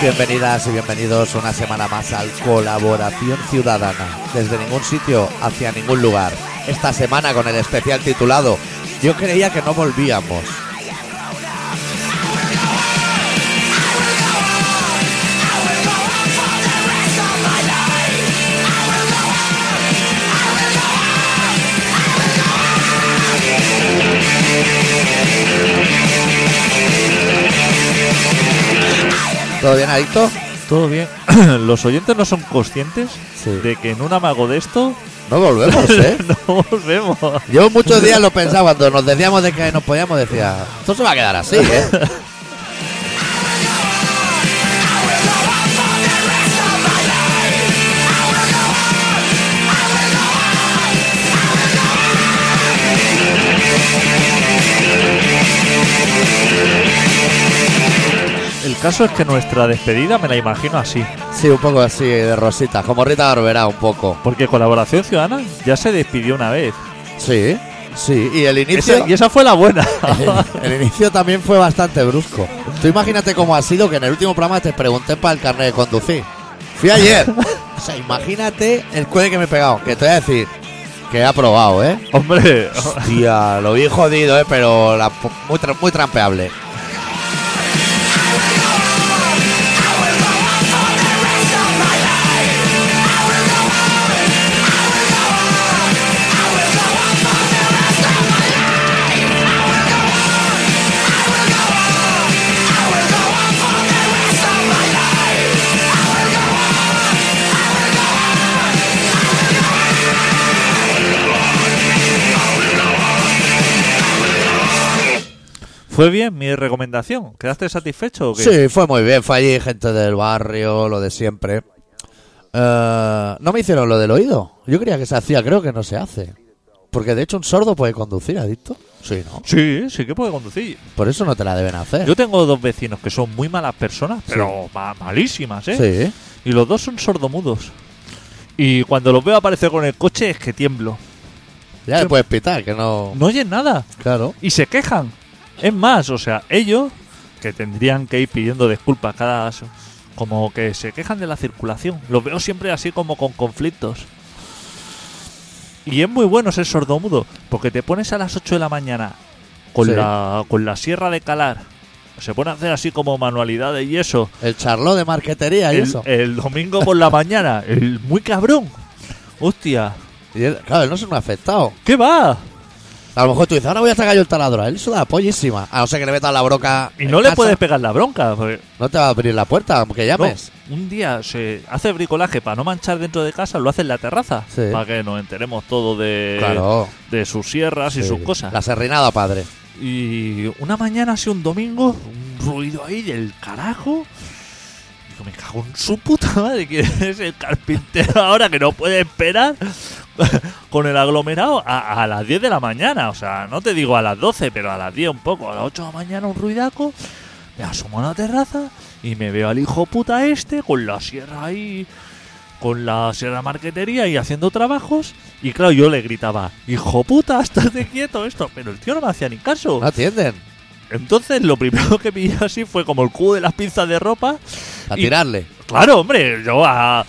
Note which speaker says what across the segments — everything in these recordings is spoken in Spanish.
Speaker 1: Bienvenidas y bienvenidos una semana más al Colaboración Ciudadana. Desde ningún sitio hacia ningún lugar. Esta semana con el especial titulado Yo creía que no volvíamos. ¿Todo bien, Adicto?
Speaker 2: Todo bien. Los oyentes no son conscientes
Speaker 1: Sí.
Speaker 2: de que en un amago de esto
Speaker 1: No volvemos, ¿eh?
Speaker 2: no volvemos.
Speaker 1: Yo muchos días lo pensaba cuando nos decíamos de que nos podíamos, decía, esto se va a quedar así, ¿eh?
Speaker 2: El caso es que nuestra despedida me la imagino así.
Speaker 1: Sí, un poco así de rosita, como Rita Barberá un poco.
Speaker 2: Porque Colaboración Ciudadana ya se despidió una vez.
Speaker 1: Sí, sí. Y el inicio...
Speaker 2: Esa- y esa fue la buena.
Speaker 1: el inicio también fue bastante brusco. Tú imagínate cómo ha sido que en el último programa te pregunté para el carnet de conducir. Fui ayer. O sea, imagínate el cuello que me he pegado. Que te voy a decir que he aprobado, ¿eh?
Speaker 2: Hombre,
Speaker 1: Hostia, lo vi jodido, ¿eh? Pero la po- muy, tra- muy trampeable.
Speaker 2: ¿fue bien mi recomendación? ¿Quedaste satisfecho o qué?
Speaker 1: Sí, fue muy bien. Fue allí gente del barrio, lo de siempre. Eh, no me hicieron lo del oído. Yo creía que se hacía, creo que no se hace. Porque de hecho un sordo puede conducir, adicto. Sí, ¿no?
Speaker 2: Sí, sí que puede conducir.
Speaker 1: Por eso no te la deben hacer.
Speaker 2: Yo tengo dos vecinos que son muy malas personas, pero ma- malísimas, ¿eh?
Speaker 1: Sí.
Speaker 2: Y los dos son sordomudos. Y cuando los veo aparecer con el coche es que tiemblo.
Speaker 1: Ya le puedes pitar, que no.
Speaker 2: No oyen nada.
Speaker 1: Claro.
Speaker 2: y se quejan. Es más, o sea, ellos que tendrían que ir pidiendo disculpas cada como que se quejan de la circulación. Los veo siempre así como con conflictos. Y es muy bueno ser sordomudo, porque te pones a las 8 de la mañana con
Speaker 1: Sí.
Speaker 2: la con la sierra de calar. Se pone a hacer así como manualidades y eso.
Speaker 1: El charló de marquetería Ah, y
Speaker 2: El,
Speaker 1: eso.
Speaker 2: el domingo por la mañana, el muy cabrón. Hostia,
Speaker 1: Y él- claro, él no es un afectado.
Speaker 2: ¿qué va?
Speaker 1: A lo mejor tú dices, ahora voy a sacar yo el taladro. A Él es una pollísima. A no ser que le metas la broca.
Speaker 2: Y
Speaker 1: en
Speaker 2: no le
Speaker 1: casa,
Speaker 2: puedes pegar la bronca, porque
Speaker 1: No te va a abrir la puerta, aunque
Speaker 2: No,
Speaker 1: llames.
Speaker 2: un día se hace bricolaje para no manchar dentro de casa, lo hace en la terraza.
Speaker 1: Sí.
Speaker 2: Para que nos enteremos todo de,
Speaker 1: claro.
Speaker 2: de sus sierras y
Speaker 1: Sí.
Speaker 2: Eh, sus cosas.
Speaker 1: La serrinada, padre.
Speaker 2: Y una mañana, así un domingo, un ruido ahí del carajo. Digo, me cago en su puta madre, que es el carpintero ahora que no puede esperar con el aglomerado a, a las 10 de la mañana. O sea, no te digo a las 12, pero a las 10 un poco. A las 8 de la mañana un ruidaco. Me asomo a la terraza y me veo al hijo puta este con la sierra ahí, con la sierra marquetería y haciendo trabajos. Y claro, yo le gritaba, hijo puta, estate quieto esto. Pero el tío no me hacía ni caso.
Speaker 1: No atienden.
Speaker 2: Entonces lo primero que pillé así fue como el cubo de las pinzas de ropa.
Speaker 1: A
Speaker 2: Y-
Speaker 1: tirarle.
Speaker 2: Claro, hombre, yo a...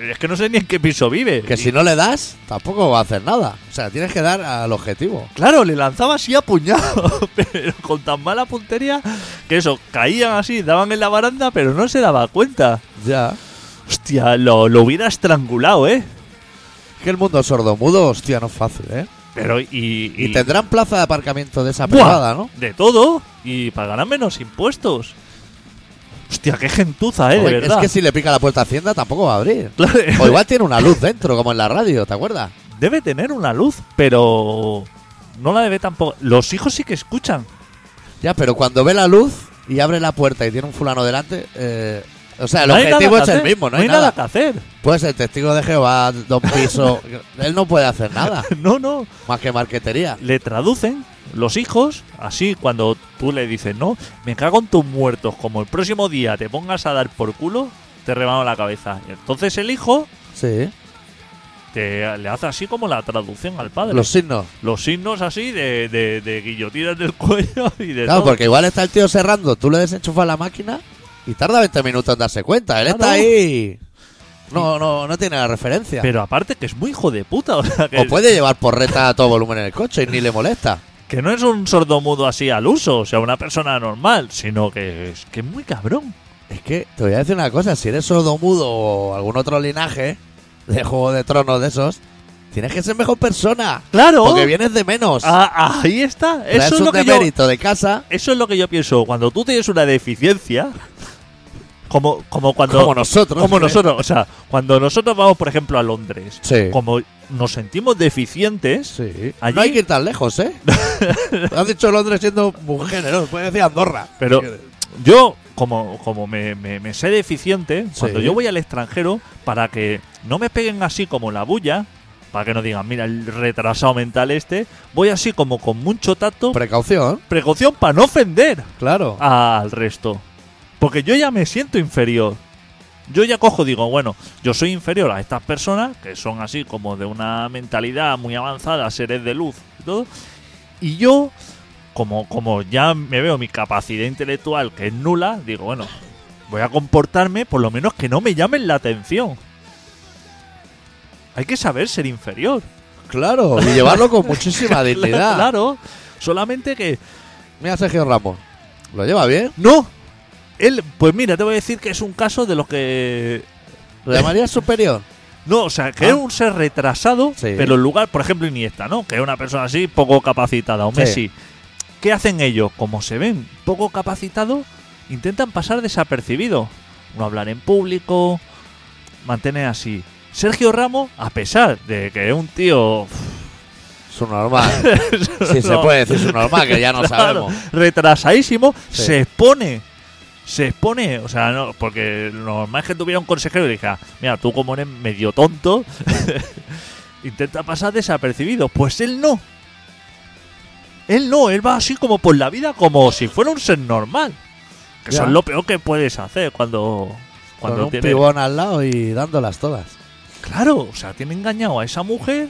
Speaker 2: Es que no sé ni en qué piso vive.
Speaker 1: Que
Speaker 2: Y-
Speaker 1: si no le das, tampoco va a hacer nada. O sea, tienes que dar al objetivo.
Speaker 2: Claro, le lanzaba así a puñado, pero con tan mala puntería que eso, caían así, daban en la baranda, pero no se daba cuenta.
Speaker 1: Ya.
Speaker 2: Hostia, lo, lo hubiera estrangulado, ¿eh?
Speaker 1: Es que el mundo sordomudo, hostia, no es fácil, ¿eh?
Speaker 2: Pero y... y-
Speaker 1: Y, tendrán plaza de aparcamiento de esa
Speaker 2: ¡Buah!
Speaker 1: privada, ¿no?
Speaker 2: De todo, y pagarán menos impuestos. Hostia, qué gentuza, ¿eh? De
Speaker 1: Hombre, es
Speaker 2: verdad.
Speaker 1: que si le pica la puerta a Hacienda tampoco va a abrir.
Speaker 2: Claro,
Speaker 1: O igual tiene una luz dentro, como en la radio, ¿te acuerdas?
Speaker 2: debe tener una luz, pero... No la debe tampoco... Los hijos sí que escuchan.
Speaker 1: Ya, pero cuando ve la luz y abre la puerta y tiene un fulano delante, eh, o sea, el
Speaker 2: No hay
Speaker 1: objetivo
Speaker 2: nada
Speaker 1: es
Speaker 2: que
Speaker 1: el
Speaker 2: hacer,
Speaker 1: mismo, no, hay nada.
Speaker 2: que hacer.
Speaker 1: Pues el testigo de Jehová, dos pisos, él no puede hacer nada,
Speaker 2: No, no.
Speaker 1: más que marquetería.
Speaker 2: le traducen los hijos, así cuando tú le dices, no, me cago en tus muertos, como el próximo día te pongas a dar por culo, te rebano la cabeza. Y entonces el hijo
Speaker 1: Sí.
Speaker 2: te- le hace así como la traducción al padre.
Speaker 1: Los signos.
Speaker 2: Los signos así de, de, de guillotinas del cuello y de
Speaker 1: Claro,
Speaker 2: todo.
Speaker 1: porque igual está el tío cerrando, tú le desenchufas la máquina y tarda 20 minutos en darse cuenta. Él está
Speaker 2: Claro.
Speaker 1: ahí. No, no, no tiene la referencia.
Speaker 2: Pero aparte que es muy hijo de puta, o sea, que,
Speaker 1: O puede llevar porreta a todo volumen en el coche y ni le molesta.
Speaker 2: que no es un sordomudo así al uso, o sea, una persona normal, sino que es que es muy cabrón.
Speaker 1: Es que te voy a decir una cosa, si eres sordomudo o algún otro linaje de Juego de Tronos de esos, tienes que ser mejor persona.
Speaker 2: Claro.
Speaker 1: Porque vienes de menos.
Speaker 2: Ah, ahí está.
Speaker 1: Traes
Speaker 2: Eso es
Speaker 1: un
Speaker 2: lo que yo
Speaker 1: demérito de casa,
Speaker 2: Eso es lo que yo pienso. Cuando tú tienes una deficiencia, como, como cuando.
Speaker 1: como nosotros.
Speaker 2: como nosotros. O sea, cuando nosotros vamos, por ejemplo, a Londres,
Speaker 1: Sí.
Speaker 2: como nos sentimos deficientes,
Speaker 1: Sí.
Speaker 2: Allí-
Speaker 1: No hay que ir tan lejos, ¿eh? Has dicho Londres siendo un género, puedes decir Andorra.
Speaker 2: Pero- yo, como, como me, me- me sé deficiente,
Speaker 1: Sí.
Speaker 2: cuando yo voy al extranjero, para que no me peguen así como la bulla, para que no digan, mira, el retrasado mental este, voy así como con mucho tacto,
Speaker 1: Precaución,
Speaker 2: precaución para no ofender.
Speaker 1: claro.
Speaker 2: al resto. Porque yo ya me siento inferior. Yo ya cojo, digo, bueno, yo soy inferior a estas personas que son así como de una mentalidad muy avanzada, seres de luz y todo. Y yo, como, como ya me veo mi capacidad intelectual que es nula, digo, bueno, voy a comportarme por lo menos que no me llamen la atención. Hay que saber ser inferior.
Speaker 1: Claro, y llevarlo con muchísima dignidad.
Speaker 2: Claro, solamente que
Speaker 1: Mira Sergio Ramos, lo lleva bien.
Speaker 2: No. Él, pues mira, te voy a decir que es un caso de los que.
Speaker 1: ¿Lo llamaría superior?
Speaker 2: No, o sea, que
Speaker 1: Ah.
Speaker 2: es un ser retrasado,
Speaker 1: Sí.
Speaker 2: pero en lugar, por ejemplo, Iniesta, ¿no? Que es una persona así poco capacitada, o
Speaker 1: Sí.
Speaker 2: Messi. ¿Qué hacen ellos? Como se ven poco capacitados, intentan pasar desapercibidos. No hablar en público, mantener así. Sergio Ramos, a pesar de que es un tío.
Speaker 1: Su normal. Si se
Speaker 2: no,
Speaker 1: puede decir su normal, que ya no
Speaker 2: Claro,
Speaker 1: sabemos.
Speaker 2: retrasadísimo,
Speaker 1: Sí.
Speaker 2: se expone. Se expone, o sea, no, porque lo normal es que tuviera un consejero y le dijera, mira, tú como eres medio tonto, intenta pasar desapercibido. Pues él no. Él no, él va así como por la vida, como si fuera un ser normal. Que
Speaker 1: Ya.
Speaker 2: eso es lo peor que puedes hacer cuando,
Speaker 1: con
Speaker 2: cuando
Speaker 1: un
Speaker 2: tienes-
Speaker 1: pibón al lado y dándolas todas.
Speaker 2: Claro, o sea, tiene engañado a esa mujer,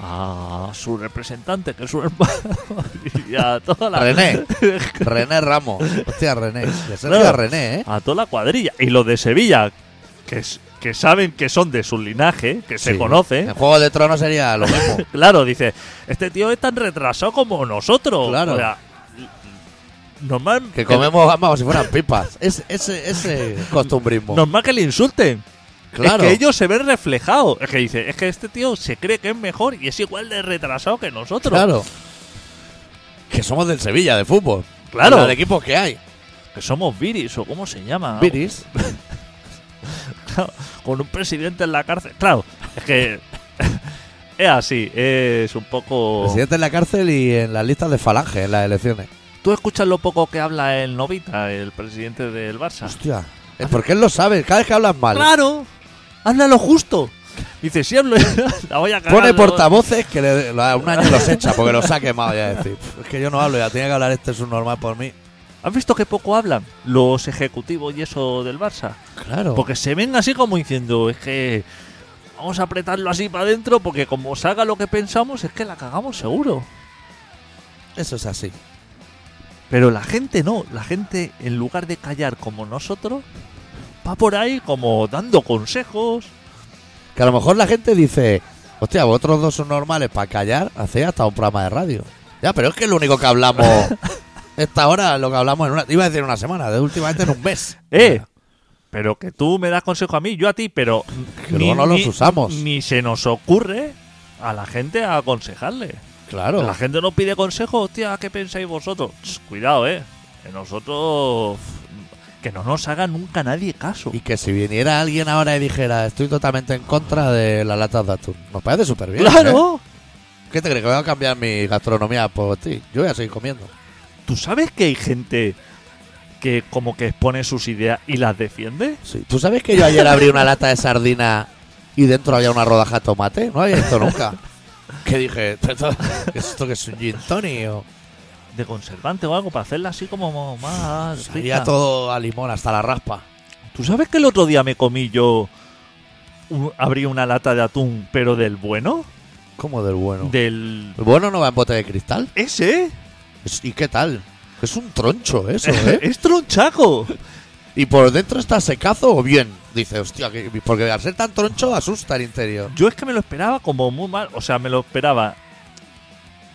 Speaker 2: a su representante, que es su hermano, y a toda la
Speaker 1: René. René Ramos. Hostia, René. De Sergio
Speaker 2: Claro.
Speaker 1: a René, ¿eh?
Speaker 2: a toda la cuadrilla. Y los de Sevilla, que, s- que saben que son de su linaje, que se
Speaker 1: Sí.
Speaker 2: conoce, ¿eh?
Speaker 1: En Juego de Tronos sería lo mismo.
Speaker 2: claro, dice, este tío es tan retrasado como nosotros.
Speaker 1: Claro.
Speaker 2: O sea, normal
Speaker 1: Que comemos gambas como si fueran pipas. Es, ese, ese costumbrismo.
Speaker 2: normal que le insulten.
Speaker 1: claro.
Speaker 2: Es que ellos se ven reflejados. Es que dice, es que este tío se cree que es mejor y es igual de retrasado que nosotros.
Speaker 1: claro. Que somos del Sevilla, de fútbol.
Speaker 2: Claro.
Speaker 1: Los equipos que hay.
Speaker 2: Que somos viris o cómo se llama.
Speaker 1: Viris.
Speaker 2: pues, Claro, con un presidente en la cárcel. Claro, es que es así, es un poco...
Speaker 1: Presidente en la cárcel y en las listas de falange en las elecciones.
Speaker 2: ¿Tú escuchas lo poco que habla el Novita, el presidente del Barça?
Speaker 1: Hostia. Es porque él lo sabe. Cada vez que hablan mal.
Speaker 2: Ah. ¡Claro! ¡Habla lo justo! Dice, si hablo... la voy a cagar.
Speaker 1: Pone
Speaker 2: la voy-
Speaker 1: portavoces que le- lo- a un año los echa porque los ha quemado ya decir. "Pf, Es que yo no hablo, ya tenía que hablar este subnormal por mí.
Speaker 2: ¿Has visto que poco hablan los ejecutivos y eso del Barça?
Speaker 1: Claro.
Speaker 2: Porque se ven así como diciendo, es que... Vamos a apretarlo así para adentro porque como salga lo que pensamos es que la cagamos seguro.
Speaker 1: Eso es así.
Speaker 2: Pero la gente no, la gente en lugar de callar como nosotros, va por ahí como dando consejos.
Speaker 1: Que a lo mejor la gente dice, hostia, vosotros dos son normales para callar, hacéis hasta un programa de radio. Ya, pero es que lo único que hablamos esta hora, es lo que hablamos en una, iba a decir una semana, de últimamente en un mes.
Speaker 2: ¡Eh! Pero que tú me das consejo a mí, yo a ti, pero.
Speaker 1: Que luego no los usamos.
Speaker 2: Ni se nos ocurre a la gente a aconsejarle.
Speaker 1: Claro.
Speaker 2: La gente nos pide consejos, hostia, ¿qué pensáis vosotros? Ch, cuidado, eh. Que nosotros. Que no nos haga nunca nadie caso.
Speaker 1: Y que si viniera alguien ahora y dijera, estoy totalmente en contra de las latas de atún, nos parece súper bien. ¿eh?
Speaker 2: ¡Claro!
Speaker 1: ¿Qué te crees? ¿Que voy a cambiar mi gastronomía por ti? Yo voy a seguir comiendo.
Speaker 2: ¿Tú sabes que hay gente que como que expone sus ideas y las defiende?
Speaker 1: Sí. ¿Tú sabes que yo ayer abrí una lata de sardina y dentro había una rodaja de tomate? No había visto nunca. que dije, ¿esto, esto que es un gin tonic o...?
Speaker 2: de conservante o algo para hacerla así como más rica.
Speaker 1: Sería todo a limón hasta la raspa.
Speaker 2: ¿Tú sabes que el otro día me comí yo u- abrí una lata de atún, pero del bueno,
Speaker 1: ¿Cómo del bueno?
Speaker 2: del...
Speaker 1: ¿El bueno no va en bote de cristal?
Speaker 2: Ese,
Speaker 1: Es- ¿Y qué tal? Es un troncho eso, ¿eh?
Speaker 2: es tronchaco.
Speaker 1: ¿Y por dentro está secazo o bien? Dice, hostia, que- porque al ser tan troncho asusta el interior.
Speaker 2: Yo es que me lo esperaba como muy mal, o sea, me lo esperaba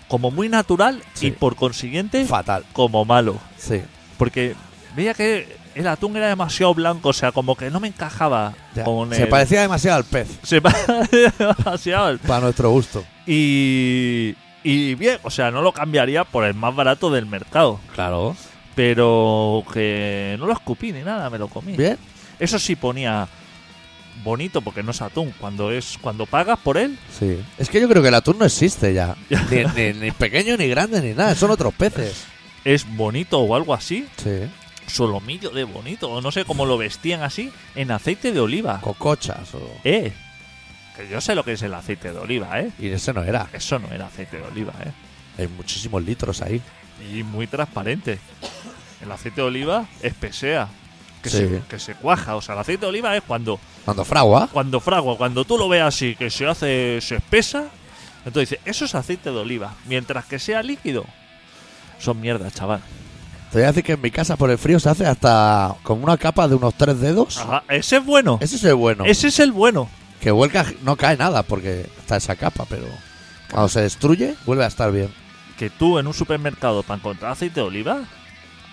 Speaker 2: como muy natural
Speaker 1: Sí.
Speaker 2: y por consiguiente
Speaker 1: Fatal,
Speaker 2: como malo.
Speaker 1: sí.
Speaker 2: Porque veía que el atún era demasiado blanco, o sea, como que no me encajaba
Speaker 1: ya.
Speaker 2: con
Speaker 1: Se
Speaker 2: el-
Speaker 1: parecía demasiado al pez,
Speaker 2: se parecía demasiado.
Speaker 1: para nuestro gusto.
Speaker 2: Y, y bien, o sea, no lo cambiaría por el más barato del mercado.
Speaker 1: Claro.
Speaker 2: Pero que no lo escupí ni nada, me lo comí.
Speaker 1: Bien,
Speaker 2: Eso sí ponía bonito porque no es atún. Cuando es cuando pagas por él,
Speaker 1: sí. Es que yo creo que el atún no existe ya. Ni, ni- ni pequeño, ni grande, ni nada. Son otros peces.
Speaker 2: es bonito o algo así.
Speaker 1: Sí.
Speaker 2: Solomillo de bonito, o no sé cómo lo vestían así, en aceite de oliva.
Speaker 1: Cocochas. o-
Speaker 2: Eh, que yo sé lo que es el aceite de oliva, eh.
Speaker 1: Y ese no era.
Speaker 2: Eso no era aceite de oliva, eh.
Speaker 1: Hay muchísimos litros ahí.
Speaker 2: y muy transparente. El aceite de oliva espesea, que,
Speaker 1: Sí.
Speaker 2: se, que se cuaja. O sea, el aceite de oliva es cuando,
Speaker 1: Cuando fragua.
Speaker 2: cuando fragua, cuando tú lo ves así, que se hace, se espesa. Entonces dices, eso es aceite de oliva. Mientras que sea líquido, son mierdas, chaval.
Speaker 1: Te voy a decir que en mi casa por el frío se hace hasta con una capa de unos tres dedos.
Speaker 2: Ajá, ese es bueno.
Speaker 1: Ese es el bueno.
Speaker 2: Ese es el bueno.
Speaker 1: Que vuelca, no cae nada porque está esa capa, pero cuando se destruye vuelve a estar bien.
Speaker 2: Que tú en un supermercado para encontrar aceite de oliva,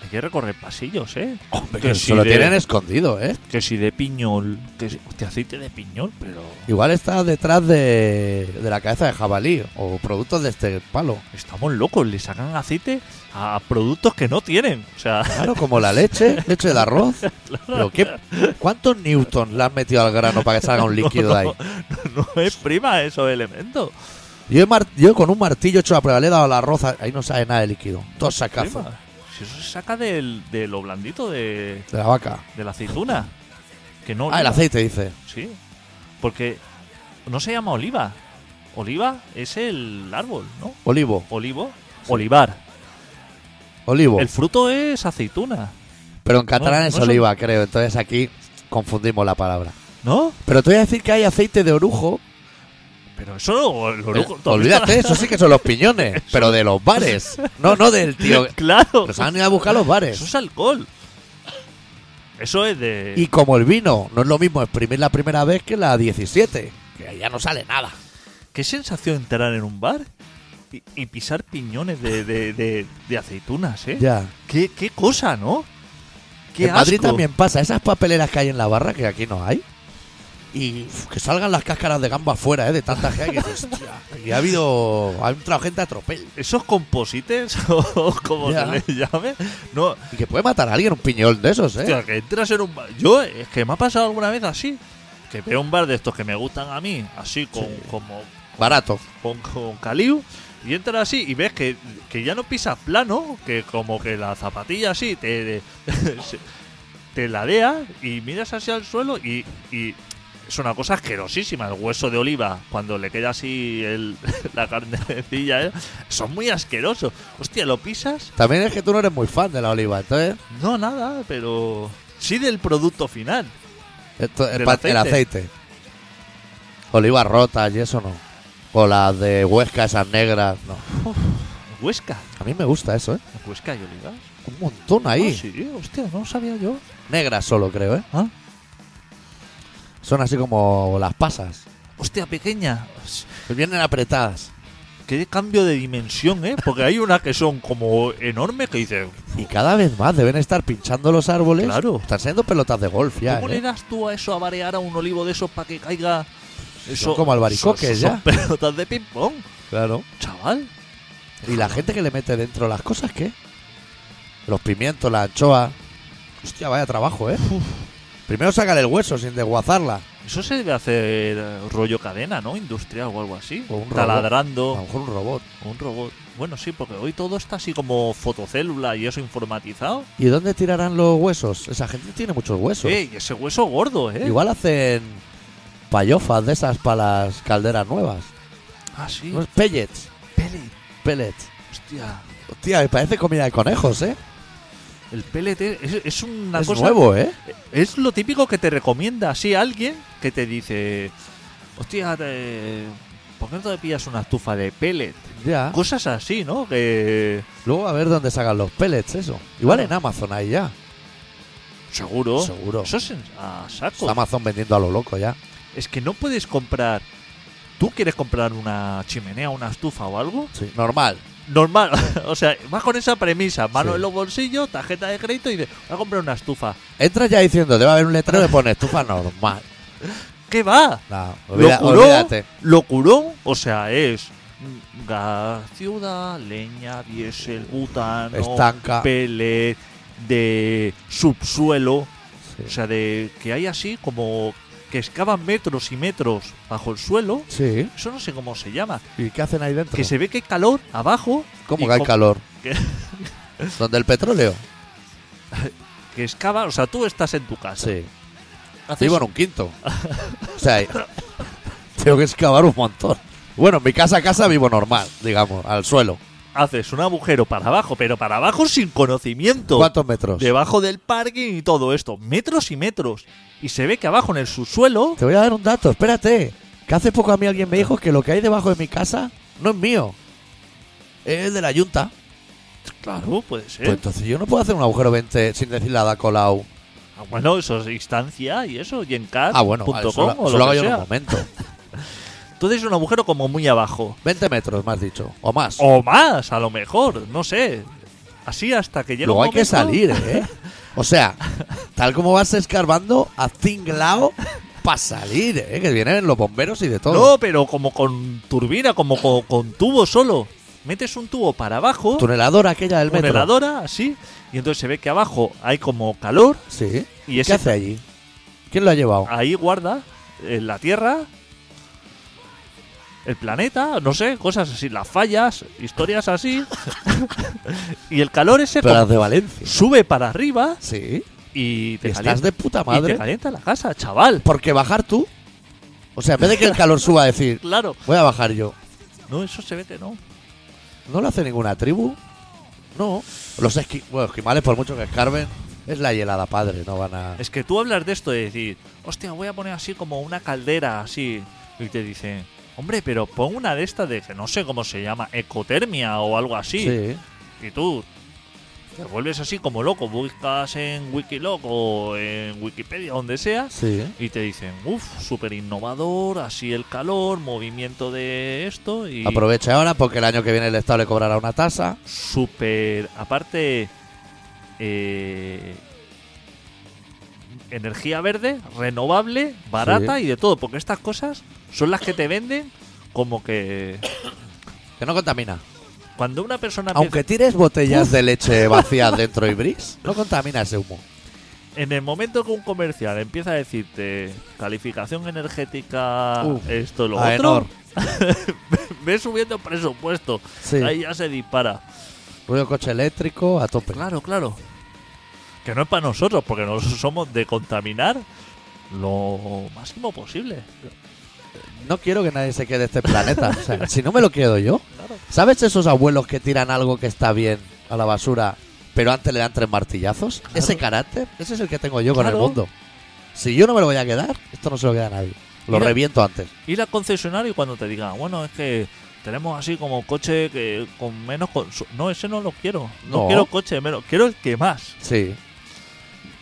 Speaker 2: hay que recorrer pasillos, ¿eh?
Speaker 1: Hombre,
Speaker 2: que
Speaker 1: que
Speaker 2: si
Speaker 1: se lo
Speaker 2: de-
Speaker 1: tienen escondido, ¿eh?
Speaker 2: Que si de piñol, que si, hostia, aceite de piñol, pero
Speaker 1: Igual está detrás de, de la cabeza de jabalí o productos de este palo.
Speaker 2: estamos locos, le sacan aceite a productos que no tienen. O sea,
Speaker 1: Claro, como la leche, leche de arroz. Pero ¿qué- ¿Cuántos newtons le han metido al grano para que salga un líquido de ahí?
Speaker 2: No es prima esos elementos.
Speaker 1: Yo, he mar- yo con un martillo hecho a prueba le he dado al arroz, a- ahí no sale nada de líquido. Todo sacazo.
Speaker 2: prima. Si eso se saca del, de lo blandito de,
Speaker 1: De la vaca.
Speaker 2: de la aceituna. Que no.
Speaker 1: Ah, el
Speaker 2: oliva.
Speaker 1: aceite, dice.
Speaker 2: Sí. Porque no se llama oliva. Oliva es el árbol, ¿no?
Speaker 1: Olivo,
Speaker 2: Olivo. Olivar.
Speaker 1: olivo.
Speaker 2: El fruto es aceituna,
Speaker 1: Pero en catalán
Speaker 2: no
Speaker 1: es
Speaker 2: son-
Speaker 1: oliva, creo. Entonces aquí confundimos la palabra.
Speaker 2: ¿no?
Speaker 1: Pero te voy a decir que hay aceite de orujo.
Speaker 2: Pero eso no. lo-
Speaker 1: Eh,
Speaker 2: lo- ¿tú has
Speaker 1: olvídate,
Speaker 2: visto
Speaker 1: eso sí que son los piñones. pero de los bares. No, no del tío.
Speaker 2: la- Claro.
Speaker 1: Los han ido a buscar los
Speaker 2: Eso
Speaker 1: bares.
Speaker 2: es alcohol. Eso es de.
Speaker 1: Y como el vino, no es lo mismo exprimir la primera vez que la 17. Que ahí ya no sale nada.
Speaker 2: ¿Qué sensación entrar en un bar y, y pisar piñones de, de- de- de aceitunas, eh?
Speaker 1: Ya.
Speaker 2: ¿Qué, qué cosa, ¿no? Qué
Speaker 1: en Madrid
Speaker 2: asco.
Speaker 1: también pasa. Esas papeleras que hay en la barra, que aquí no hay. Y uf, que salgan las cáscaras de gamba afuera, ¿eh? De tanta gente. que dices, hostia, aquí ha habido. Ha entrado gente a tropel.
Speaker 2: Esos composites, o como
Speaker 1: Ya. Eh.
Speaker 2: se les llame, no,
Speaker 1: Y que puede matar a alguien un piñón de esos, ¿eh?
Speaker 2: hostia, que entras en un bar. Yo, es que me ha pasado alguna vez así, que veo un bar de estos que me gustan a mí, así con,
Speaker 1: Sí.
Speaker 2: como,
Speaker 1: Barato.
Speaker 2: con, con caliu, y entras así y ves que, que ya no pisas plano, que como que la zapatilla así te, se- te ladea y miras hacia el suelo y, y es una cosa asquerosísima. El hueso de oliva, cuando le queda así el- la carnecilla, ¿eh? son muy asquerosos. Hostia, ¿lo pisas?
Speaker 1: También es que tú no eres muy fan de la oliva, entonces
Speaker 2: No, nada, pero sí del producto final.
Speaker 1: esto-
Speaker 2: ¿Del
Speaker 1: el, pa- el
Speaker 2: aceite?
Speaker 1: aceite. Olivas rotas y eso no. O las de Huesca, esas negras, no.
Speaker 2: Huesca.
Speaker 1: A mí me gusta eso, ¿eh?
Speaker 2: Huesca y olivas.
Speaker 1: Un montón ahí.
Speaker 2: Ah, sí, hostia, no lo sabía yo.
Speaker 1: Negras solo, creo, ¿eh?
Speaker 2: Ah.
Speaker 1: Son así como las pasas.
Speaker 2: Hostia, pequeña.
Speaker 1: que Vienen apretadas.
Speaker 2: Qué cambio de dimensión, ¿eh? Porque hay unas que son como enormes que dices,
Speaker 1: Y cada vez más deben estar pinchando los árboles.
Speaker 2: Claro.
Speaker 1: Están siendo pelotas de golf ya,
Speaker 2: ¿cómo le
Speaker 1: ¿eh?
Speaker 2: das tú a eso a varear a un olivo de esos para que caiga? Eso,
Speaker 1: Son como albaricoques
Speaker 2: eso- eso son pelotas de ping-pong,
Speaker 1: Claro.
Speaker 2: chaval.
Speaker 1: ¿Y la gente que le mete dentro las cosas qué? Los pimientos, la anchoa. Hostia, vaya trabajo, ¿eh? Primero sacar el hueso sin desguazarla.
Speaker 2: Eso se debe hacer eh, rollo cadena, ¿no? Industrial o algo así.
Speaker 1: O un robot. A lo
Speaker 2: Taladrando,
Speaker 1: mejor un robot.
Speaker 2: un robot. Bueno, sí, porque hoy todo está así como fotocélula y eso informatizado.
Speaker 1: ¿Y dónde tirarán los huesos? Esa gente tiene muchos huesos.
Speaker 2: Eh, y ese hueso gordo, ¿eh?
Speaker 1: Igual hacen payofas de esas para las calderas nuevas.
Speaker 2: Ah, sí.
Speaker 1: Unos Pellets.
Speaker 2: Peli.
Speaker 1: Pellets.
Speaker 2: Hostia.
Speaker 1: Hostia, me parece comida de conejos, ¿eh?
Speaker 2: El PLT es, es una
Speaker 1: es
Speaker 2: cosa.
Speaker 1: nuevo, ¿eh?
Speaker 2: Es lo típico que te recomienda así alguien que te dice: Hostia, te- ¿por qué no te pillas una estufa de pellet?
Speaker 1: Ya.
Speaker 2: Cosas así, ¿no? Que.
Speaker 1: Luego a ver dónde sacan los pellets, eso. Igual
Speaker 2: Claro.
Speaker 1: en Amazon ahí ya.
Speaker 2: Seguro.
Speaker 1: Seguro.
Speaker 2: Eso es en- a saco.
Speaker 1: Está Amazon vendiendo a lo loco ya.
Speaker 2: Es que no puedes comprar. Tú quieres comprar una chimenea, una estufa o algo.
Speaker 1: Sí. Normal.
Speaker 2: Normal. o sea, vas con esa premisa. Mano
Speaker 1: Sí.
Speaker 2: en los bolsillos, tarjeta de crédito y dices, voy a comprar una estufa.
Speaker 1: Entras ya diciendo, debe haber un letrero que pone estufa normal.
Speaker 2: ¿Qué va?
Speaker 1: No,
Speaker 2: Lo
Speaker 1: olvida-
Speaker 2: curó,
Speaker 1: olvídate.
Speaker 2: lo curó, o sea, es mm, gas, ciudad, leña, diésel, butano,
Speaker 1: Estanca.
Speaker 2: pellet, de subsuelo,
Speaker 1: Sí.
Speaker 2: o sea, de que hay así como que excavan metros y metros bajo el suelo,
Speaker 1: Sí.
Speaker 2: eso no sé cómo se llama,
Speaker 1: ¿Y qué hacen ahí dentro?
Speaker 2: que se ve que hay calor abajo,
Speaker 1: ¿Cómo
Speaker 2: y
Speaker 1: que hay
Speaker 2: co-
Speaker 1: calor?
Speaker 2: que-
Speaker 1: ¿Donde el petróleo?
Speaker 2: que excava, o sea, tú estás en tu casa,
Speaker 1: Sí.
Speaker 2: haces-
Speaker 1: Vivo en un quinto. O sea, tengo que excavar un montón. Bueno, en mi casa a casa vivo normal, digamos, al suelo.
Speaker 2: haces un agujero para abajo, pero para abajo sin conocimiento.
Speaker 1: ¿Cuántos metros?
Speaker 2: debajo del parking y todo esto, metros y metros. Y se ve que abajo en el subsuelo,
Speaker 1: Te voy a dar un dato, espérate. Que hace poco a mí alguien me dijo que lo que hay debajo de mi casa no es mío. Es de la yunta.
Speaker 2: ¿Eh? claro, puede ser.
Speaker 1: Pues entonces yo no puedo hacer un agujero 20 sin decirle a Dacolau.
Speaker 2: Ah, bueno, eso es instancia y eso, y en cat.
Speaker 1: Ah, bueno,
Speaker 2: punto
Speaker 1: eso,
Speaker 2: com
Speaker 1: lo-
Speaker 2: o
Speaker 1: eso
Speaker 2: lo
Speaker 1: lo hago
Speaker 2: que
Speaker 1: yo en
Speaker 2: sea.
Speaker 1: un momento.
Speaker 2: Entonces es un agujero como muy abajo.
Speaker 1: 20 metros, me has dicho, o más.
Speaker 2: O más, a lo mejor, no sé. Así hasta que llega
Speaker 1: Luego
Speaker 2: un
Speaker 1: hay que
Speaker 2: momento-
Speaker 1: salir, ¿eh? O sea, tal como vas escarbando, a cinglao para salir, ¿eh? Que vienen los bomberos y de todo.
Speaker 2: No, pero como con turbina, como co- con, tubo solo. Metes un tubo para abajo,
Speaker 1: Tuneladora aquella del
Speaker 2: una
Speaker 1: metro.
Speaker 2: heladora, así, y entonces se ve que abajo hay como calor
Speaker 1: Sí.
Speaker 2: y
Speaker 1: ¿Qué
Speaker 2: ese Ah,
Speaker 1: hace allí? ¿Quién lo ha llevado?
Speaker 2: ahí guarda en la Tierra, el planeta, no sé, cosas así, las fallas, historias así. y el calor ese
Speaker 1: Pero
Speaker 2: como
Speaker 1: las de Valencia.
Speaker 2: sube para arriba
Speaker 1: Sí.
Speaker 2: y te,
Speaker 1: Estás
Speaker 2: calienta,
Speaker 1: de puta
Speaker 2: y te
Speaker 1: madre.
Speaker 2: calienta la casa, chaval.
Speaker 1: Porque bajar tú. O sea, en vez de que el calor suba, decir,
Speaker 2: Claro,
Speaker 1: voy a bajar yo.
Speaker 2: no, eso se ve que no.
Speaker 1: No lo hace ninguna tribu. No. Los esqui- bueno, esquimales, por mucho que escarben, es la hielada padre. No van a.
Speaker 2: Es que tú hablas de esto de decir, hostia, voy a poner así como una caldera, así. Y te dicen, hombre, pero pon una de estas de que no sé cómo se llama, ecotermia o algo así.
Speaker 1: Sí.
Speaker 2: Y tú te vuelves así como loco, buscas en Wikiloc o en Wikipedia, donde sea,
Speaker 1: Sí.
Speaker 2: y te dicen, uff, súper innovador, así el calor, movimiento de esto, y
Speaker 1: Aprovecha ahora porque el año que viene el Estado le cobrará una tasa.
Speaker 2: súper, aparte, eh, energía verde, renovable, barata y de todo, porque estas cosas son las que te venden como que
Speaker 1: Que no contamina.
Speaker 2: cuando una persona... empieza-
Speaker 1: Aunque tires botellas de leche vacías dentro y bris, no contamina ese humo.
Speaker 2: En el momento que un comercial empieza a decirte calificación energética,
Speaker 1: Uf,
Speaker 2: esto, lo
Speaker 1: Aenor.
Speaker 2: otro, ve subiendo presupuesto.
Speaker 1: Sí.
Speaker 2: Ahí ya se dispara.
Speaker 1: Ruido coche eléctrico a tope.
Speaker 2: Claro, claro. Que no es para nosotros, porque nosotros somos de contaminar lo máximo posible.
Speaker 1: No quiero que nadie se quede este planeta. O sea, si no me lo quedo yo.
Speaker 2: Claro.
Speaker 1: ¿Sabes esos abuelos que tiran algo que está bien a la basura, pero antes le dan tres martillazos? Ese carácter, ese es el que tengo yo con
Speaker 2: Claro.
Speaker 1: el mundo. Si yo no me lo voy a quedar, esto no se lo queda a nadie. Lo
Speaker 2: Mira.
Speaker 1: reviento antes.
Speaker 2: Ir al concesionario y cuando te diga, bueno, es que tenemos así como coche que con menos consu- No, ese no lo quiero. No,
Speaker 1: No.
Speaker 2: quiero coche de menos, quiero el que más.
Speaker 1: Sí.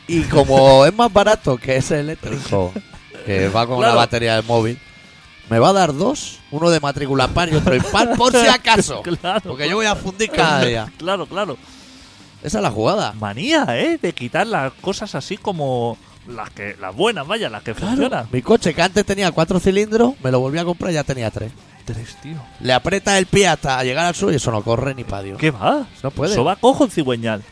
Speaker 1: Y como es más barato que ese eléctrico, que va con
Speaker 2: Claro.
Speaker 1: una batería de móvil, me va a dar dos, uno de matrícula par y otro impar, por si acaso.
Speaker 2: Claro.
Speaker 1: Porque yo voy a fundir cada día.
Speaker 2: Claro, claro.
Speaker 1: Esa es la jugada.
Speaker 2: manía, ¿eh? De quitar las cosas así como las que las buenas, vaya, las que funcionan.
Speaker 1: Mi coche que antes tenía cuatro cilindros, me lo volví a comprar y ya tenía tres.
Speaker 2: Tres, tío.
Speaker 1: Le aprieta el pie hasta llegar al sur y eso no corre ni pa' Dios.
Speaker 2: ¿Qué va?
Speaker 1: No puede.
Speaker 2: Eso va cojo en cigüeñal.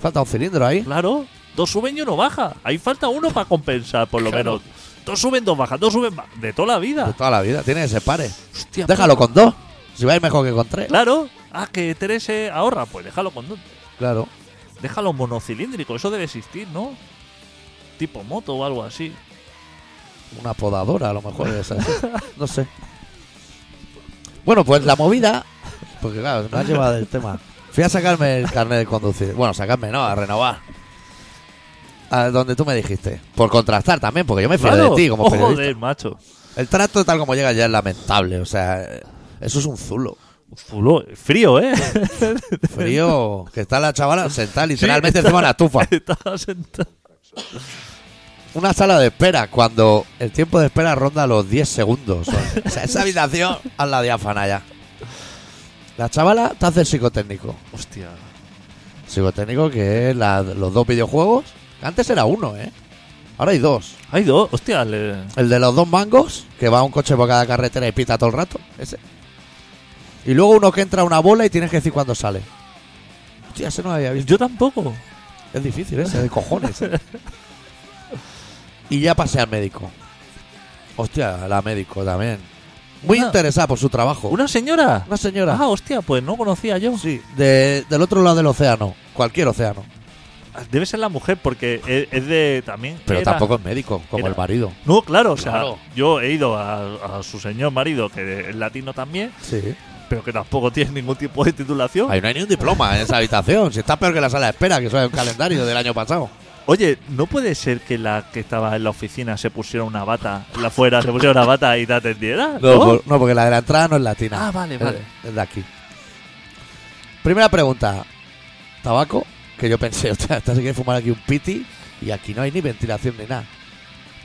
Speaker 1: Falta un cilindro ahí.
Speaker 2: Claro. Dos suben y uno baja. Ahí falta uno para compensar, por lo
Speaker 1: Claro.
Speaker 2: menos. Dos suben, dos bajan, dos suben ba- De toda la
Speaker 1: De
Speaker 2: vida.
Speaker 1: toda la vida, tiene que se pare.
Speaker 2: Hostia,
Speaker 1: Déjalo
Speaker 2: puta.
Speaker 1: con dos. Si vais mejor que con tres.
Speaker 2: Claro. Ah, que tres eh, ahorra. Pues déjalo con dos.
Speaker 1: Claro.
Speaker 2: Déjalo monocilíndrico. Eso debe existir, ¿no? Tipo moto o algo así.
Speaker 1: Una podadora, a lo mejor es así. No sé. Bueno, pues la movida. Porque claro, no has llevado el tema. Fui a sacarme el carnet de conducir. Bueno, sacarme, no, a renovar. A donde tú me dijiste. Por contrastar también, porque yo me fío
Speaker 2: Claro.
Speaker 1: de ti como
Speaker 2: Oh,
Speaker 1: periodista.
Speaker 2: Joder, macho.
Speaker 1: El trato tal como llega ya es lamentable. O sea, eh, eso es un zulo.
Speaker 2: Fulo- frío, ¿eh?
Speaker 1: Frío, que está la chavala sentada literalmente
Speaker 2: está-
Speaker 1: encima de la estufa.
Speaker 2: Estaba sentado.
Speaker 1: Una sala de espera, cuando el tiempo de espera ronda los 10 segundos. O sea, esa habitación, a la diáfana ya. La chavala te hace el psicotécnico.
Speaker 2: Hostia.
Speaker 1: Psicotécnico que es la- los dos videojuegos. Antes era uno, ¿eh? Ahora hay dos.
Speaker 2: Hay dos. Hostia, le-
Speaker 1: El de los dos mangos, que va a un coche por cada carretera y pita todo el rato. Ese. Y luego uno que entra a una bola y tienes que decir cuándo sale. Hostia, ese no lo había visto.
Speaker 2: Yo tampoco.
Speaker 1: Es difícil ese, de cojones. eh. y ya pasé al médico. Hostia, la médico también. Muy
Speaker 2: Una-
Speaker 1: interesada por su trabajo.
Speaker 2: ¿Una señora?
Speaker 1: Una señora.
Speaker 2: Ah, hostia, pues no conocía yo.
Speaker 1: Oh. sí, de- del otro lado del océano. Cualquier océano.
Speaker 2: Debe ser la mujer porque es, es de también.
Speaker 1: Pero
Speaker 2: era-
Speaker 1: tampoco es médico, como
Speaker 2: era-
Speaker 1: el marido.
Speaker 2: No, claro, o sea,
Speaker 1: Claro.
Speaker 2: yo he ido a, a su señor marido, que es latino también,
Speaker 1: Sí.
Speaker 2: pero que tampoco tiene ningún tipo de titulación.
Speaker 1: Ahí no hay ni un diploma en esa habitación. Si está peor que la sala de espera, que eso es un calendario del año pasado.
Speaker 2: Oye, ¿no puede ser que la que estaba en la oficina se pusiera una bata, la fuera, se pusiera una bata y te atendiera?
Speaker 1: No, por- no, porque la de la entrada no es latina.
Speaker 2: Ah, vale,
Speaker 1: Es-
Speaker 2: vale.
Speaker 1: Es, de aquí. Primera pregunta. Tabaco, que yo pensé, ostras, esta se quiere fumar aquí un piti y aquí no hay ni ventilación ni nada.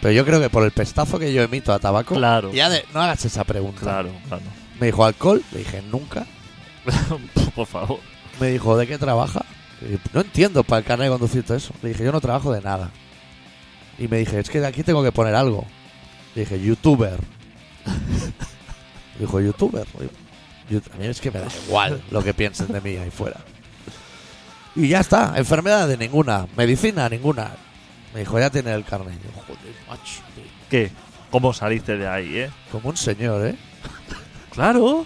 Speaker 1: Pero yo creo que por el pestazo que yo emito a tabaco,
Speaker 2: Claro.
Speaker 1: ya de- no hagas esa pregunta.
Speaker 2: Claro, claro.
Speaker 1: Me dijo alcohol, le dije nunca.
Speaker 2: por favor.
Speaker 1: Me dijo, ¿de qué trabaja? Y no entiendo para el carnet de conducir todo eso. Le dije, yo no trabajo de nada. Y me dije, es que de aquí tengo que poner algo. Le dije, youtuber. dijo, youtuber. Digo, Yo, a mí es que me da igual lo que piensen de mí ahí fuera. Y ya está, enfermedad de ninguna, medicina ninguna. Me dijo, ya tiene el carnet. Y yo, joder, macho.
Speaker 2: ¿Qué? ¿Cómo saliste de ahí, eh?
Speaker 1: Como un señor, ¿eh?
Speaker 2: Claro.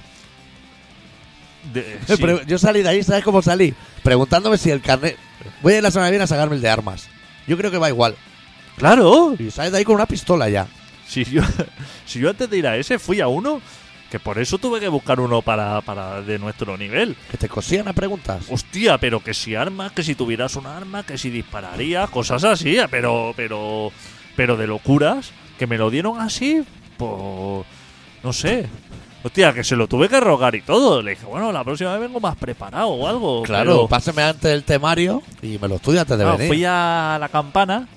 Speaker 2: De-
Speaker 1: Me
Speaker 2: sí.
Speaker 1: pre- Yo salí de ahí, ¿sabes cómo salí? Preguntándome si el carnet... Voy a ir la semana que viene a sacarme el de armas. Yo creo que va igual.
Speaker 2: Claro.
Speaker 1: Y sales de ahí con una pistola ya.
Speaker 2: Si yo, si yo antes de ir a ese fui a uno, que por eso tuve que buscar uno para, para de nuestro nivel.
Speaker 1: Que te cosían a preguntas.
Speaker 2: Hostia, pero que si armas, que si tuvieras un arma, que si dispararías, cosas así, eh, pero, pero, pero de locuras, que me lo dieron así, pues, no sé. Hostia, que se lo tuve que rogar y todo. Le dije, bueno, la próxima vez vengo más preparado o algo.
Speaker 1: Claro,
Speaker 2: pero-
Speaker 1: páseme antes el temario y me lo estudio antes de
Speaker 2: Claro,
Speaker 1: venir.
Speaker 2: fui a la campana,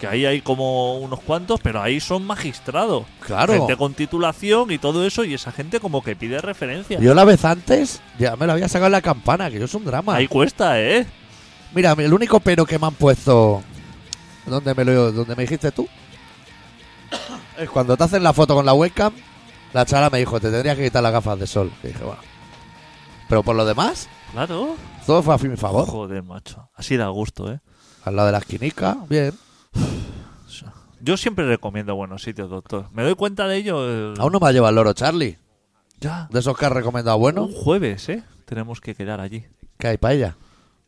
Speaker 2: que ahí hay como unos cuantos, pero ahí son magistrados.
Speaker 1: Claro.
Speaker 2: Gente con titulación y todo eso, y esa gente como que pide referencia.
Speaker 1: Yo la vez antes ya me lo había sacado en la campana, que yo es un drama.
Speaker 2: Ahí cuesta, ¿eh?
Speaker 1: Mira, el único pero que me han puesto donde me lo donde me dijiste tú es cuando te hacen la foto con la webcam, la chala me dijo, "Te tendrías que quitar las gafas de sol." Y dije, "Bueno." Pero por lo demás,
Speaker 2: Claro.
Speaker 1: todo fue a mi favor.
Speaker 2: Joder, macho. Así da gusto, ¿eh?
Speaker 1: Al lado de la esquinica, bien.
Speaker 2: Yo siempre recomiendo buenos sitios, doctor. Me doy cuenta de ello. eh,
Speaker 1: Aún no me ha llevado el loro Charlie,
Speaker 2: Ya.
Speaker 1: de esos que has recomendado bueno,
Speaker 2: Un jueves, ¿eh? Tenemos que quedar allí.
Speaker 1: que hay para ella.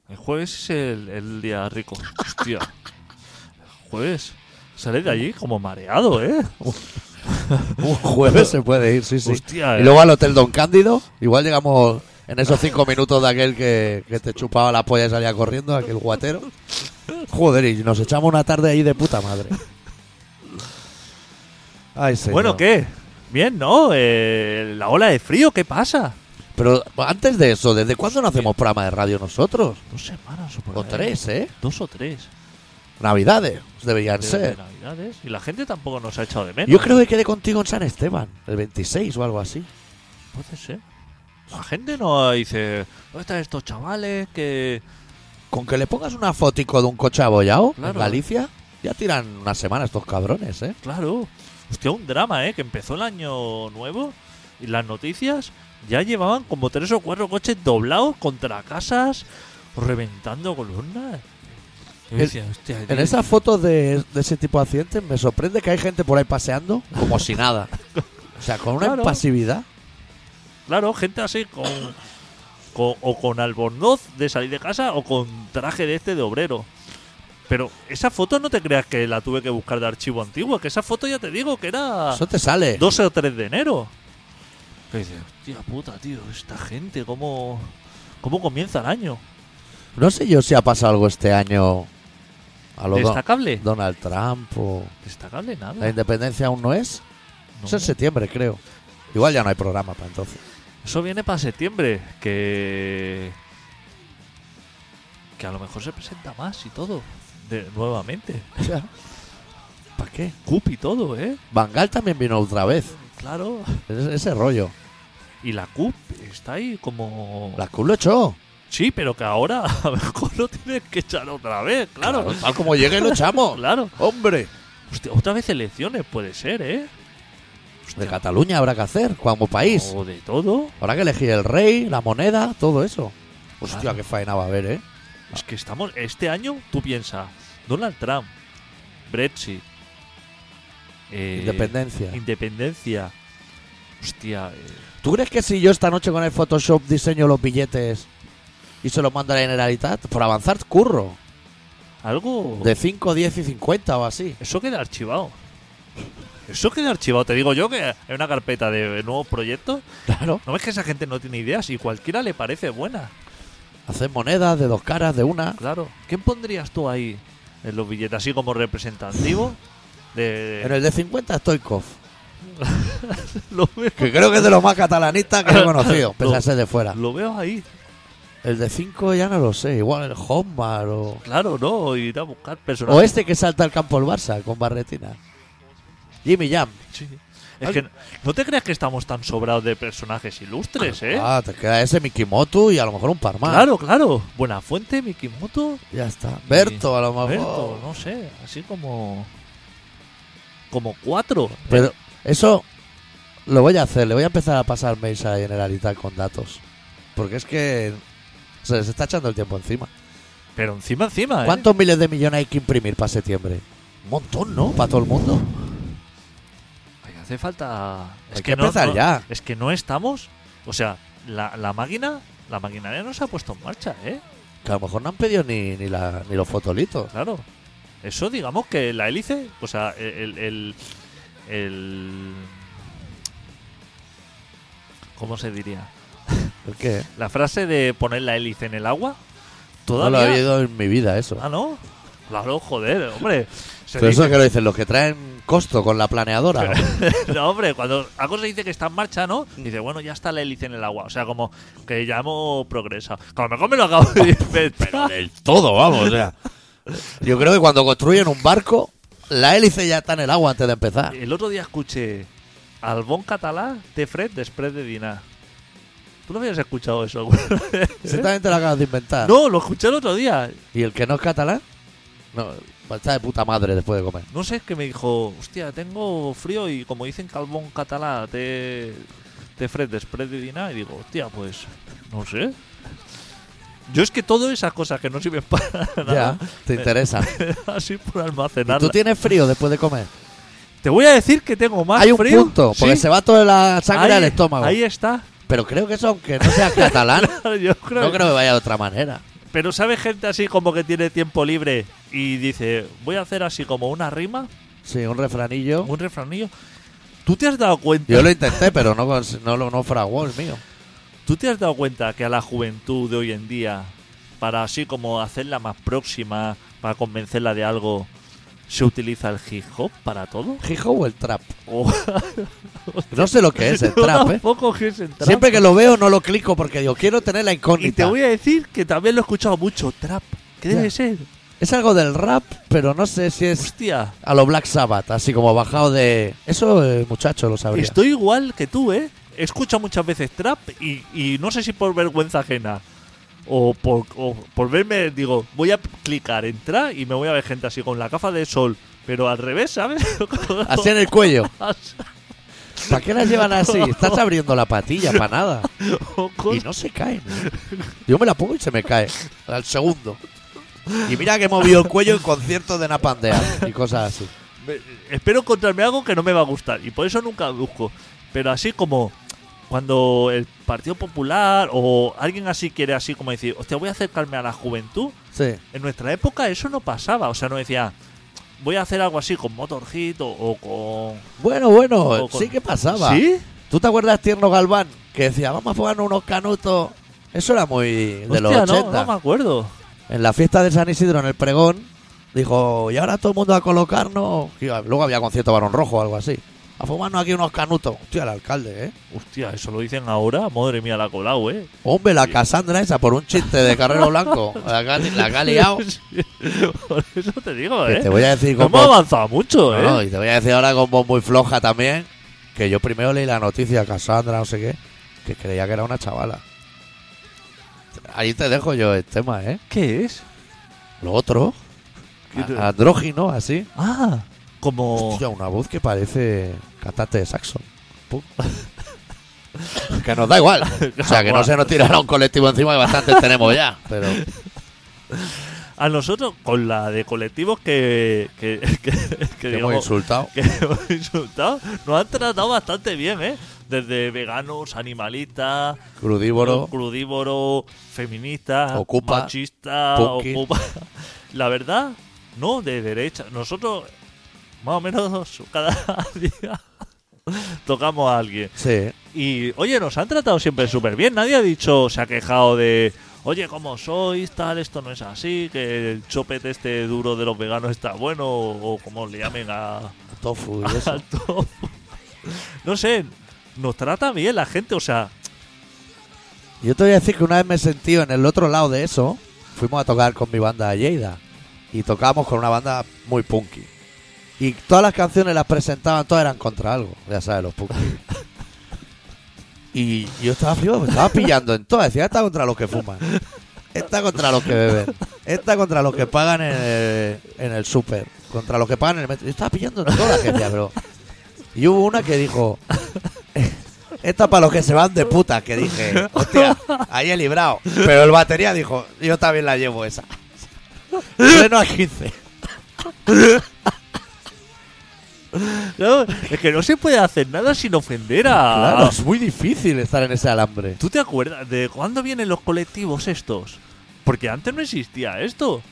Speaker 2: El jueves es el, el día rico. Hostia. El jueves. Sale de allí como mareado, ¿eh?
Speaker 1: Un jueves se puede ir, sí, sí.
Speaker 2: Hostia,
Speaker 1: Y
Speaker 2: eh.
Speaker 1: luego al Hotel Don Cándido, igual llegamos en esos cinco minutos de aquel que, que te chupaba la polla y salía corriendo, aquel guatero. Joder, y nos echamos una tarde ahí de puta madre. Ay, señor.
Speaker 2: Bueno, ¿qué? Bien, ¿no? Eh, la ola de frío, ¿qué pasa?
Speaker 1: Pero antes de eso, ¿desde cuándo no hacemos programa de radio nosotros?
Speaker 2: Dos semanas o por
Speaker 1: O
Speaker 2: ahí.
Speaker 1: tres, ¿eh?
Speaker 2: Dos o tres.
Speaker 1: Navidades, deberían
Speaker 2: de- de
Speaker 1: ser.
Speaker 2: Navidades. Y la gente tampoco nos ha echado de menos. ¿eh?
Speaker 1: Yo creo que quedé contigo en San Esteban, el 26 o algo así.
Speaker 2: Puede ser. La gente no dice, ¿dónde están estos chavales? Que.
Speaker 1: Con que le pongas una fotico de un coche abollado en
Speaker 2: Claro.
Speaker 1: Galicia, ya tiran una semana estos cabrones, ¿eh?
Speaker 2: Claro. Hostia, un drama, ¿eh? Que empezó el año nuevo y las noticias ya llevaban como tres o cuatro coches doblados contra casas, reventando columnas. Yo
Speaker 1: El-
Speaker 2: decía, hostia,
Speaker 1: En
Speaker 2: tío,
Speaker 1: esas fotos de, de ese tipo de accidentes me sorprende que hay gente por ahí paseando como si nada. O sea, con una
Speaker 2: Claro.
Speaker 1: impasividad.
Speaker 2: Claro, gente así con, con- O con albornoz de salir de casa o con traje de este de obrero. Pero esa foto no te creas que la tuve que buscar de archivo antiguo, que esa foto ya te digo que era
Speaker 1: Eso te sale.
Speaker 2: 12 o 3 de enero. Que dices, hostia puta, tío, esta gente, ¿cómo, ¿Cómo comienza el año?
Speaker 1: No sé yo si ha pasado algo este año a lo Don-
Speaker 2: ¿Destacable?
Speaker 1: Donald Trump o...
Speaker 2: ¿Destacable?
Speaker 1: La
Speaker 2: Nada.
Speaker 1: independencia aún no es.
Speaker 2: No.
Speaker 1: Es en septiembre, creo. Igual ya no hay programa para entonces.
Speaker 2: Eso viene para septiembre, que. que a lo mejor se presenta más y todo. De, nuevamente.
Speaker 1: O sea,
Speaker 2: ¿Para qué? Cup y todo, ¿eh?
Speaker 1: Bangal también vino otra vez.
Speaker 2: Claro.
Speaker 1: Es- ese rollo.
Speaker 2: Y la CUP está ahí como.
Speaker 1: La CUP lo echó.
Speaker 2: Sí, pero que ahora a lo mejor lo tienes que echar otra vez, claro. Claro.
Speaker 1: Tal como llegue lo echamos. Hombre.
Speaker 2: Hostia, otra vez elecciones puede ser, ¿eh?
Speaker 1: De Cataluña habrá que hacer, como país.
Speaker 2: O de todo.
Speaker 1: Habrá que elegir el rey, la moneda, todo eso. Hostia,
Speaker 2: Claro.
Speaker 1: qué faena va a haber, ¿eh?
Speaker 2: Es que estamos. Este año, tú piensas, Donald Trump, Brexit, eh,
Speaker 1: Independencia.
Speaker 2: Independencia. Hostia, eh,
Speaker 1: ¿Tú crees que si yo esta noche con el Photoshop diseño los billetes y se los mando a la Generalitat? Por avanzar curro.
Speaker 2: algo.
Speaker 1: De 5, 10 y 50 o así.
Speaker 2: Eso queda archivado. Eso queda archivado. Te digo yo que en una carpeta de nuevos proyectos.
Speaker 1: Claro.
Speaker 2: No ves que esa gente no tiene ideas y cualquiera le parece buena.
Speaker 1: Hacer monedas de dos caras, de una.
Speaker 2: Claro. ¿Quién pondrías tú ahí en los billetes, así como representativo? De.
Speaker 1: En el de 50 Stoikov.
Speaker 2: lo, veo,
Speaker 1: Que creo que es de los más catalanistas que he conocido, pese a
Speaker 2: No.
Speaker 1: ser de fuera.
Speaker 2: lo veo ahí.
Speaker 1: El de 5 ya no lo sé, igual el Homar o.
Speaker 2: Claro, ¿no? Ir a buscar personas.
Speaker 1: O este que salta al campo el Barça con barretina. Jimmy Jam.
Speaker 2: Sí. Es que no te creas que estamos tan sobrados de personajes ilustres, ¿eh?
Speaker 1: Ah, te queda ese Mikimoto y a lo mejor un par más.
Speaker 2: Claro, claro. Buena Fuente, Mikimoto,
Speaker 1: Ya está. Berto, a lo mejor.
Speaker 2: Alberto, no sé. Así como. Como cuatro.
Speaker 1: Pero eso lo voy a hacer, le voy a empezar a pasar mails a Generalitat con datos. Porque es que se les está echando el tiempo encima.
Speaker 2: Pero encima, encima, ¿eh?
Speaker 1: ¿Cuántos miles de millones hay que imprimir para septiembre? Un montón, ¿no? Para todo el mundo.
Speaker 2: Ay, hace falta. Es
Speaker 1: Hay que empezar ya.
Speaker 2: Es que no estamos. O sea, la, la máquina. La maquinaria no se ha puesto en marcha, ¿eh?
Speaker 1: Que a lo mejor no han pedido ni, ni, la- ni los fotolitos.
Speaker 2: Claro. Eso, digamos que la hélice. O sea, el. el, el- ¿Cómo se diría?
Speaker 1: ¿El qué?
Speaker 2: La frase de poner la hélice en el agua.
Speaker 1: No lo
Speaker 2: Todavía.
Speaker 1: he oído en mi vida eso.
Speaker 2: Ah, no. Claro, joder, hombre. Se
Speaker 1: Pero eso
Speaker 2: dice-
Speaker 1: que lo dicen los que traen costo con la planeadora. ¿no?
Speaker 2: No, hombre, cuando algo se dice que está en marcha, ¿no? Dice, bueno, ya está la hélice en el agua. O sea, como que ya hemos progresado. Que a lo mejor me lo acabo de inventar.
Speaker 1: Del todo, vamos. o sea. Yo creo que cuando construyen un barco, la hélice ya está en el agua antes de empezar.
Speaker 2: El otro día escuché al bon català de Fred després de dinar. ¿Tú no habías escuchado eso? alguna vez?
Speaker 1: Exactamente lo acabas de inventar.
Speaker 2: ¿Eh? No, lo escuché el otro día.
Speaker 1: ¿Y el que no es catalán? No, pues está de puta madre después de comer.
Speaker 2: No sé, es que me dijo, hostia, tengo frío y como dicen que al bon català te, te Fred després de dinar. Y digo, hostia, pues, no sé. Yo es que todas esas cosas que no sirven para nada,
Speaker 1: Ya, te interesa.
Speaker 2: así por
Speaker 1: ¿Y
Speaker 2: almacenar.
Speaker 1: tú tienes frío después de comer?
Speaker 2: Te voy a decir que tengo más
Speaker 1: Hay un
Speaker 2: frío.
Speaker 1: punto, porque
Speaker 2: Sí,
Speaker 1: se va toda la sangre
Speaker 2: ahí-
Speaker 1: al estómago.
Speaker 2: Ahí está.
Speaker 1: Pero creo que eso, aunque no sea catalán,
Speaker 2: Yo creo
Speaker 1: no
Speaker 2: que-
Speaker 1: creo que vaya de otra manera.
Speaker 2: Pero sabe gente así como que tiene tiempo libre y dice, voy a hacer así como una rima,
Speaker 1: Sí, un refranillo.
Speaker 2: un refranillo. ¿Tú te has dado cuenta?
Speaker 1: Yo lo intenté, pero no, cons- no, lo- no fraguó el mío.
Speaker 2: ¿Tú te has dado cuenta que a la juventud de hoy en día, para así como hacerla más próxima, para convencerla de algo, se utiliza el hip hop para todo?
Speaker 1: ¿Hijo o el trap?
Speaker 2: O-
Speaker 1: No sé lo Oh, que es el
Speaker 2: Yo
Speaker 1: trap, ¿eh?
Speaker 2: tampoco sé si es el trap.
Speaker 1: Siempre que lo veo no lo clico porque digo, quiero tener la
Speaker 2: y te
Speaker 1: incógnita.
Speaker 2: voy a decir que también lo he escuchado mucho, trap. ¿Qué
Speaker 1: Ya.
Speaker 2: debe ser?
Speaker 1: Es algo del rap, pero no sé si es
Speaker 2: Hostia,
Speaker 1: a lo Black Sabbath, así como bajado de... Eso, eh, muchacho, lo sabría.
Speaker 2: estoy igual que tú, ¿eh? He escuchado muchas veces trap y, y no sé si por vergüenza ajena o por, o por verme, digo, voy a clicar, entrar y me voy a ver gente así con la gafa de sol, pero al revés, ¿sabes?
Speaker 1: Así en el cuello. ¿Para qué las llevan así? Estás abriendo la patilla, para nada.
Speaker 2: O con-
Speaker 1: Y no se caen. Yo me la pongo y se me cae. Al segundo. Y mira que he movido el cuello en conciertos de Napandea y cosas así.
Speaker 2: me- espero encontrarme algo que no me va a gustar y por eso nunca busco. Pero así como cuando el Partido Popular o alguien así quiere así como decir, hostia, voy a acercarme a la juventud,
Speaker 1: Sí.
Speaker 2: En nuestra época eso no pasaba, o sea, no decía, voy a hacer algo así con Motorhead o, o con...
Speaker 1: Bueno, bueno,
Speaker 2: O con-
Speaker 1: sí que pasaba.
Speaker 2: ¿Sí?
Speaker 1: ¿Tú te acuerdas Tierno Galván? Que decía, vamos a jugar unos canutos Eso era muy de los
Speaker 2: Hostia,
Speaker 1: 80.
Speaker 2: no, no me acuerdo.
Speaker 1: En la fiesta de San Isidro, en el pregón, dijo, y ahora todo el mundo a colocarnos. Y ah, luego había concierto varón rojo o algo así. A fumarnos aquí unos canutos. Hostia, el alcalde, ¿eh?
Speaker 2: Hostia, eso lo dicen ahora. Madre mía, la ha colado, eh.
Speaker 1: Hombre, la Casandra esa por un chiste de Carrero Blanco. La que ha- la que ha liado.
Speaker 2: Sí. Por eso te digo,
Speaker 1: Que
Speaker 2: eh.
Speaker 1: Te voy a decir
Speaker 2: Hemos
Speaker 1: con voz-
Speaker 2: avanzado mucho, eh.
Speaker 1: No, y te voy a decir ahora con voz muy floja también que yo primero leí la noticia, Cassandra, no sé qué, que creía que era una chavala. Ahí te dejo yo el tema, ¿eh?
Speaker 2: ¿Qué es?
Speaker 1: Lo otro,
Speaker 2: ¿Qué te-
Speaker 1: a- andrógino, así.
Speaker 2: Ah, como.
Speaker 1: Hostia, una voz que parece cantante de saxo. Pum. que nos da igual. O sea, que no se nos tirará un colectivo encima que bastantes tenemos ya. Pero
Speaker 2: A nosotros, con la de colectivos que. que, que, que
Speaker 1: que hemos
Speaker 2: digamos,
Speaker 1: insultado.
Speaker 2: que hemos insultado, nos han tratado bastante bien, eh. Desde veganos, animalistas,
Speaker 1: Crudívoro.
Speaker 2: crudívoro, feminista,
Speaker 1: Ocupa,
Speaker 2: machista,
Speaker 1: punky.
Speaker 2: ocupa. La verdad, no de derecha. Nosotros, más o menos, cada día tocamos a alguien.
Speaker 1: Sí.
Speaker 2: Y, oye, nos han tratado siempre súper bien. Nadie ha dicho, se ha quejado de, oye, ¿cómo sois? Tal, esto no es así, que el chopete este duro de los veganos está bueno, o, o como le llamen a,
Speaker 1: Tofu y eso.
Speaker 2: al tofu. No sé, nos trata bien la gente, o sea,
Speaker 1: Yo te voy a decir que una vez me he sentido en el otro lado de eso. Fuimos a tocar con mi banda Lleida. Y tocábamos con una banda muy punky. Y todas las canciones las presentaban, todas eran contra algo. Ya sabes, los punky. Y yo estaba flipando, me estaba pillando en todas. Decía, esta contra los que fuman. Esta contra los que beben. Esta contra los que pagan en el, en el súper. Contra los que pagan en el metro. Yo estaba pillando en todas, que decía, bro. Y hubo una que dijo, esta para los que se van de puta, que dije, hostia, ahí he librado. Pero el batería dijo, yo también la llevo esa. Pleno a 15.
Speaker 2: No, es que no se puede hacer nada sin ofender a.
Speaker 1: Claro, es muy difícil estar en ese alambre.
Speaker 2: ¿Tú te acuerdas de cuándo vienen los colectivos estos? Porque antes no existía esto.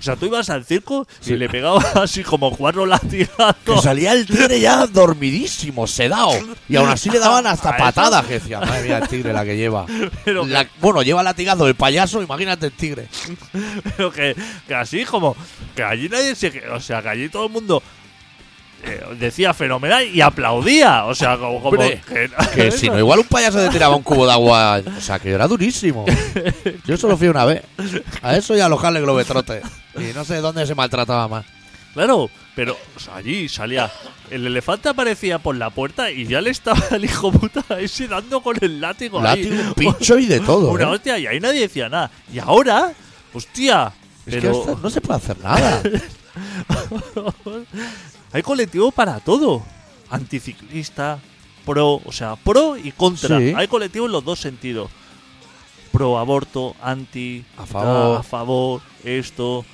Speaker 2: O sea, tú ibas al circo y le pegabas así como cuatro
Speaker 1: Que
Speaker 2: latigazos.
Speaker 1: salía el tigre ya dormidísimo, sedado. Y aún así le daban hasta patadas, que decía, madre mía, el tigre la que lleva.
Speaker 2: Pero,
Speaker 1: La- bueno, lleva latigazo el payaso, imagínate el tigre.
Speaker 2: pero que, que así como. Que allí nadie se. que- O sea, que allí todo el mundo. eh, decía fenomenal y aplaudía. O sea, como. como
Speaker 1: Hombre,
Speaker 2: que,
Speaker 1: Que si no, igual un payaso te tiraba un cubo de agua. O sea, que era durísimo. Yo solo fui una vez. A eso y a los Harley Globetrotters. Y no sé dónde se maltrataba más.
Speaker 2: Claro, pero o sea, allí salía. El elefante aparecía por la puerta y ya le estaba el hijo puta ese dando con el látigo. ahí.
Speaker 1: Látigo, pincho y de todo.
Speaker 2: Una
Speaker 1: ¿eh?
Speaker 2: hostia, y ahí nadie decía nada. Y ahora, hostia,
Speaker 1: Es que
Speaker 2: pero
Speaker 1: hasta no se puede hacer nada.
Speaker 2: hay colectivo para todo. Anticiclista, pro, o sea, pro y contra.
Speaker 1: Sí.
Speaker 2: Hay colectivo en los dos sentidos. Pro aborto, anti,
Speaker 1: A favor.
Speaker 2: a favor, esto,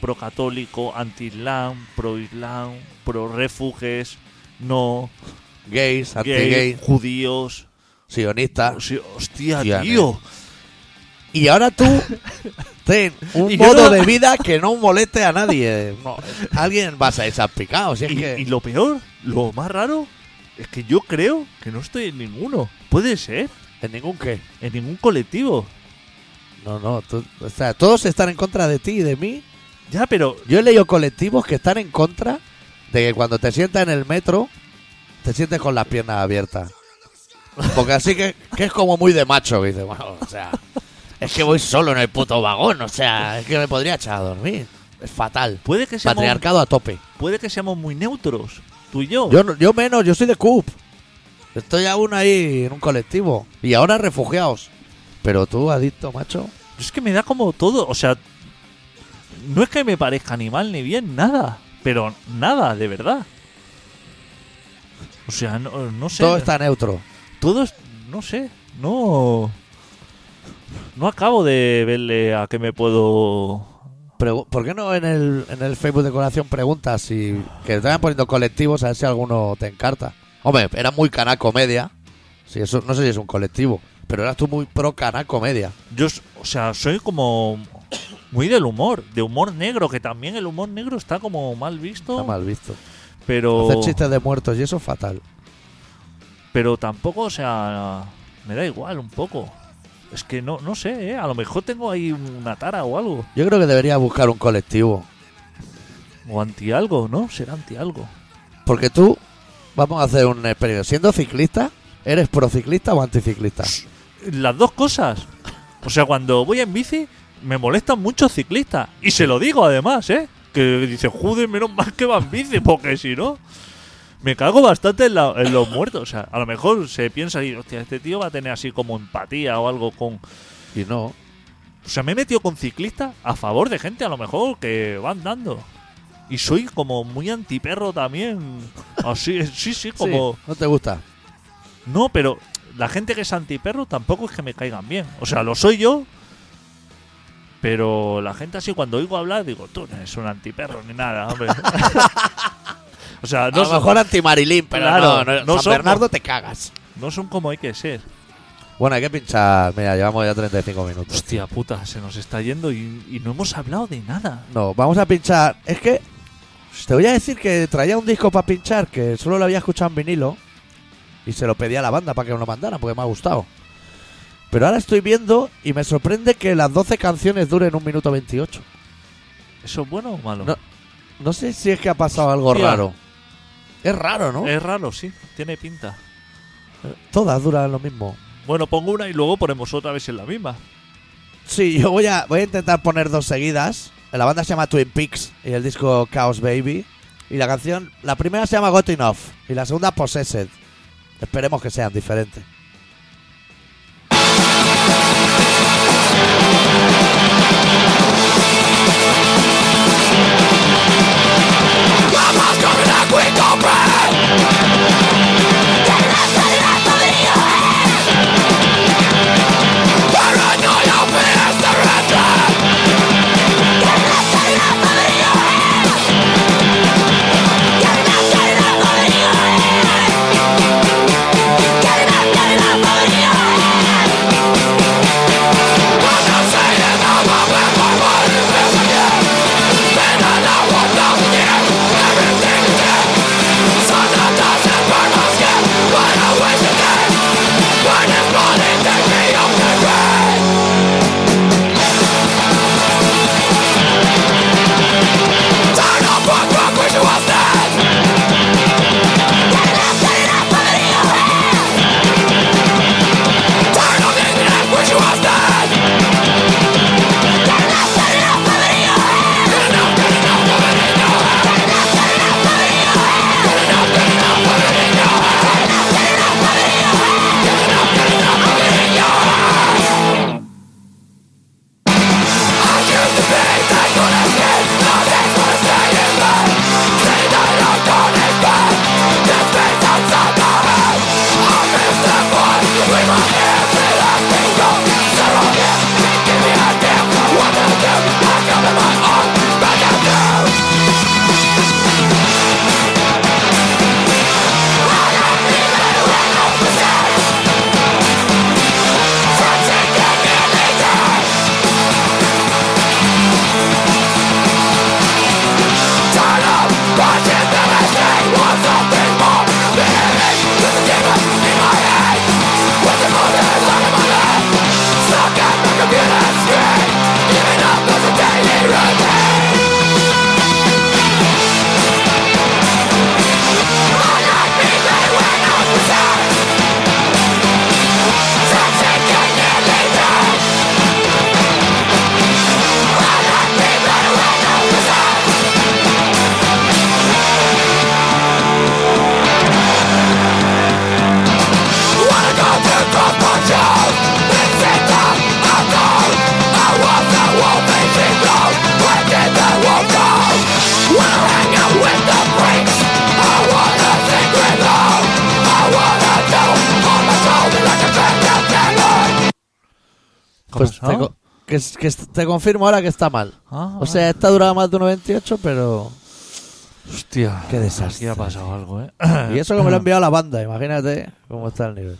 Speaker 2: pro católico, anti islam, pro islam, pro refuges, no,
Speaker 1: Gays,
Speaker 2: gay,
Speaker 1: anti-gays,
Speaker 2: judíos.
Speaker 1: sionistas.
Speaker 2: O sea, hostia,
Speaker 1: Ah. Hostia,
Speaker 2: tío.
Speaker 1: Y ahora tú ten un
Speaker 2: Y yo
Speaker 1: modo
Speaker 2: no-
Speaker 1: de vida que no moleste a nadie. No, alguien vas a ser picado. Si es
Speaker 2: Y,
Speaker 1: que
Speaker 2: y lo peor, lo más raro, es que yo creo que no estoy en ninguno. Puede ser,
Speaker 1: en ningún qué.
Speaker 2: en ningún colectivo.
Speaker 1: No, no. tú- o sea, todos están en contra de ti y de mí.
Speaker 2: Ya, pero
Speaker 1: Yo he leído colectivos que están en contra de que cuando te sientas en el metro, te sientes con las piernas abiertas. Porque así que, que es como muy de macho, que dice, bueno, o sea, es que voy solo en el puto vagón, o sea, es que me podría echar a dormir. Es fatal.
Speaker 2: puede que seamos,
Speaker 1: Patriarcado a tope.
Speaker 2: puede que seamos muy neutros, tú y yo.
Speaker 1: Yo, no- yo menos, yo soy de CUP. Estoy aún ahí en un colectivo. Y ahora refugiados. Pero tú, adicto macho,
Speaker 2: Es que me da como todo, o sea, no es que me parezca ni mal ni bien, nada, pero nada, de verdad. O sea, no, no sé.
Speaker 1: todo está neutro.
Speaker 2: todo es- no sé, no... No acabo de verle a qué me puedo
Speaker 1: Pregu- ¿Por qué no en el, en el Facebook de Colación preguntas si que te vayan poniendo colectivos a ver si alguno te encarta? Hombre, era muy canal comedia. Si eso, no sé si es un colectivo, pero eras tú muy pro canal comedia.
Speaker 2: Yo, s- o sea, soy como muy del humor, de humor negro, que también el humor negro está como mal visto,
Speaker 1: Está mal visto.
Speaker 2: pero
Speaker 1: Hacer chistes de muertos y eso es fatal.
Speaker 2: pero tampoco, o sea, me da igual un poco. es que no, no sé, ¿eh? a lo mejor tengo ahí una tara o algo.
Speaker 1: Yo creo que debería buscar un colectivo.
Speaker 2: O anti algo, ¿no? Será anti algo.
Speaker 1: Porque tú, vamos a hacer un experimento. Siendo ciclista, ¿eres prociclista o anticiclista?
Speaker 2: Las dos cosas. O sea, cuando voy en bici, me molestan muchos ciclistas. Y se lo digo además, ¿eh? Que dice, joder, menos mal que van bici, porque si no. Me cago bastante en, la- en los muertos. O sea, a lo mejor se piensa y, hostia, este tío va a tener así como empatía o algo con.
Speaker 1: Y no.
Speaker 2: O sea, me he metido con ciclistas a favor de gente a lo mejor que va andando. Y soy como muy antiperro también. Así, eh, sí, sí, como.
Speaker 1: Sí, no te gusta.
Speaker 2: No, pero la gente que es antiperro tampoco es que me caigan bien. O sea, lo soy yo. Pero la gente así cuando oigo hablar digo, tú no eres un antiperro ni nada, hombre. o sea, no
Speaker 1: a lo
Speaker 2: son,
Speaker 1: mejor anti-Marilín, pero no,
Speaker 2: Claro,
Speaker 1: no,
Speaker 2: no
Speaker 1: San
Speaker 2: somos.
Speaker 1: Bernardo te cagas.
Speaker 2: no son como hay que ser.
Speaker 1: Bueno, hay que pinchar. Mira, llevamos ya 35 minutos.
Speaker 2: Hostia puta, se nos está yendo y, y no hemos hablado de nada.
Speaker 1: No, vamos a pinchar. Es que te voy a decir que traía un disco para pinchar que solo lo había escuchado en vinilo y se lo pedí a la banda para que me lo mandaran porque me ha gustado. Pero ahora estoy viendo y me sorprende que las 12 canciones duren un minuto 28.
Speaker 2: ¿Eso es bueno o malo?
Speaker 1: No, No sé si es que ha pasado algo
Speaker 2: Hostia. Eh.
Speaker 1: raro. Es raro, ¿no?
Speaker 2: Es raro, sí, tiene pinta.
Speaker 1: Todas duran lo mismo.
Speaker 2: Bueno, pongo una y luego ponemos otra vez en la misma.
Speaker 1: Sí, yo voy a, voy a intentar poner dos seguidas. La banda se llama Twin Peaks y el disco Chaos Baby. Y la canción, la primera se llama Got Enough y la segunda Possessed. Esperemos que sean diferentes.
Speaker 2: ¿Qué ha
Speaker 1: Pues te,
Speaker 2: pasado?
Speaker 1: co- que, es- que es- te confirmo ahora que está mal.
Speaker 2: Ah,
Speaker 1: O sea, esta duraba más de un 98, pero...
Speaker 2: hostia,
Speaker 1: qué desastre. ¿Ah,
Speaker 2: Aquí ha pasado algo, ¿eh?
Speaker 1: Y eso que me lo ha enviado la banda, imagínate cómo está el nivel.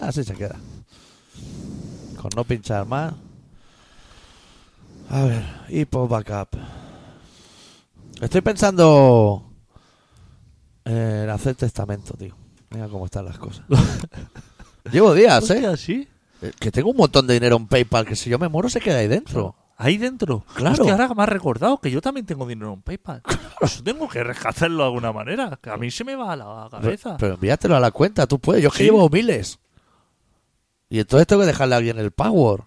Speaker 1: Así se queda. Con no pinchar más. A ver, y pop backup. Estoy pensando en hacer testamento, tío. Mira cómo están las cosas. Llevo días, ¿eh?
Speaker 2: Hostia, sí.
Speaker 1: eh, que tengo un montón de dinero en PayPal, que si yo me muero se queda ahí dentro.
Speaker 2: Ahí dentro.
Speaker 1: Claro.
Speaker 2: Hostia, ahora que me has recordado que yo también tengo dinero en PayPal. Eso tengo que rescatarlo de alguna manera. Que a mí se me va a la cabeza.
Speaker 1: Pero, pero envíatelo a la cuenta, tú puedes. Yo es que
Speaker 2: Sí.
Speaker 1: llevo miles. Y entonces tengo que dejarle a alguien el password.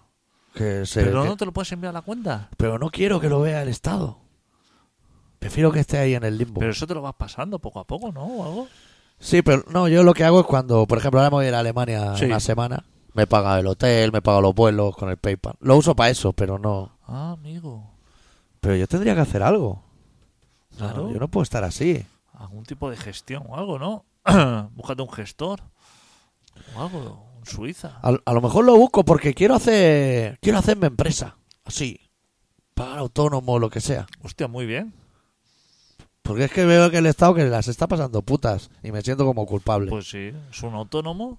Speaker 1: Que se,
Speaker 2: Pero
Speaker 1: que-
Speaker 2: no te lo puedes enviar a la cuenta.
Speaker 1: pero no quiero que lo vea el Estado. Prefiero que esté ahí en el limbo.
Speaker 2: Pero eso te lo vas pasando poco a poco, ¿no? O algo.
Speaker 1: Sí, pero no, yo lo que hago es cuando, por ejemplo, ahora me voy a ir a Alemania
Speaker 2: Sí.
Speaker 1: una semana, me paga el hotel, me paga los vuelos con el PayPal. Lo uso para eso, pero no.
Speaker 2: Ah, amigo.
Speaker 1: Pero yo tendría que hacer algo.
Speaker 2: Claro.
Speaker 1: Yo no puedo estar así.
Speaker 2: Algún tipo de gestión o algo, ¿no? Búscate un gestor. O algo. En Suiza.
Speaker 1: A, a lo mejor lo busco porque quiero hacer, quiero hacerme empresa, así, pagar autónomo, lo que sea.
Speaker 2: Hostia, muy bien.
Speaker 1: Porque es que veo que el Estado que las está pasando putas y me siento como culpable.
Speaker 2: Pues sí. Es un autónomo.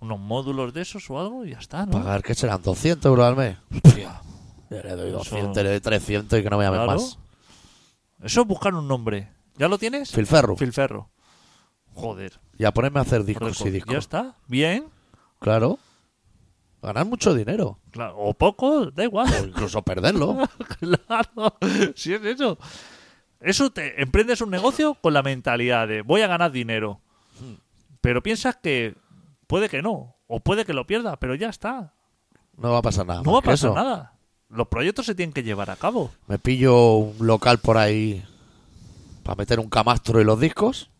Speaker 2: Unos módulos de esos o algo y ya está, ¿no?
Speaker 1: Pagar que serán 200 euros al mes.
Speaker 2: Hostia,
Speaker 1: Yo le doy
Speaker 2: Eso-
Speaker 1: 200, le doy 300 y que no me llamen
Speaker 2: claro.
Speaker 1: más.
Speaker 2: Eso es buscar un nombre. ¿Ya lo tienes?
Speaker 1: Filferro.
Speaker 2: Filferro. Joder.
Speaker 1: Y a ponerme a hacer discos
Speaker 2: récord.
Speaker 1: y discos.
Speaker 2: Ya está. Bien.
Speaker 1: Claro. Ganar mucho dinero.
Speaker 2: Claro, o poco, da igual.
Speaker 1: O incluso perderlo.
Speaker 2: claro, si es eso. Eso te emprendes un negocio con la mentalidad de voy a ganar dinero.
Speaker 1: Hmm.
Speaker 2: Pero piensas que puede que no, o puede que lo pierda, pero ya está.
Speaker 1: No va a pasar nada.
Speaker 2: No va
Speaker 1: más que
Speaker 2: a pasar
Speaker 1: Ah, eso.
Speaker 2: nada. Los proyectos se tienen que llevar a cabo.
Speaker 1: Me pillo un local por ahí para meter un camastro y los discos.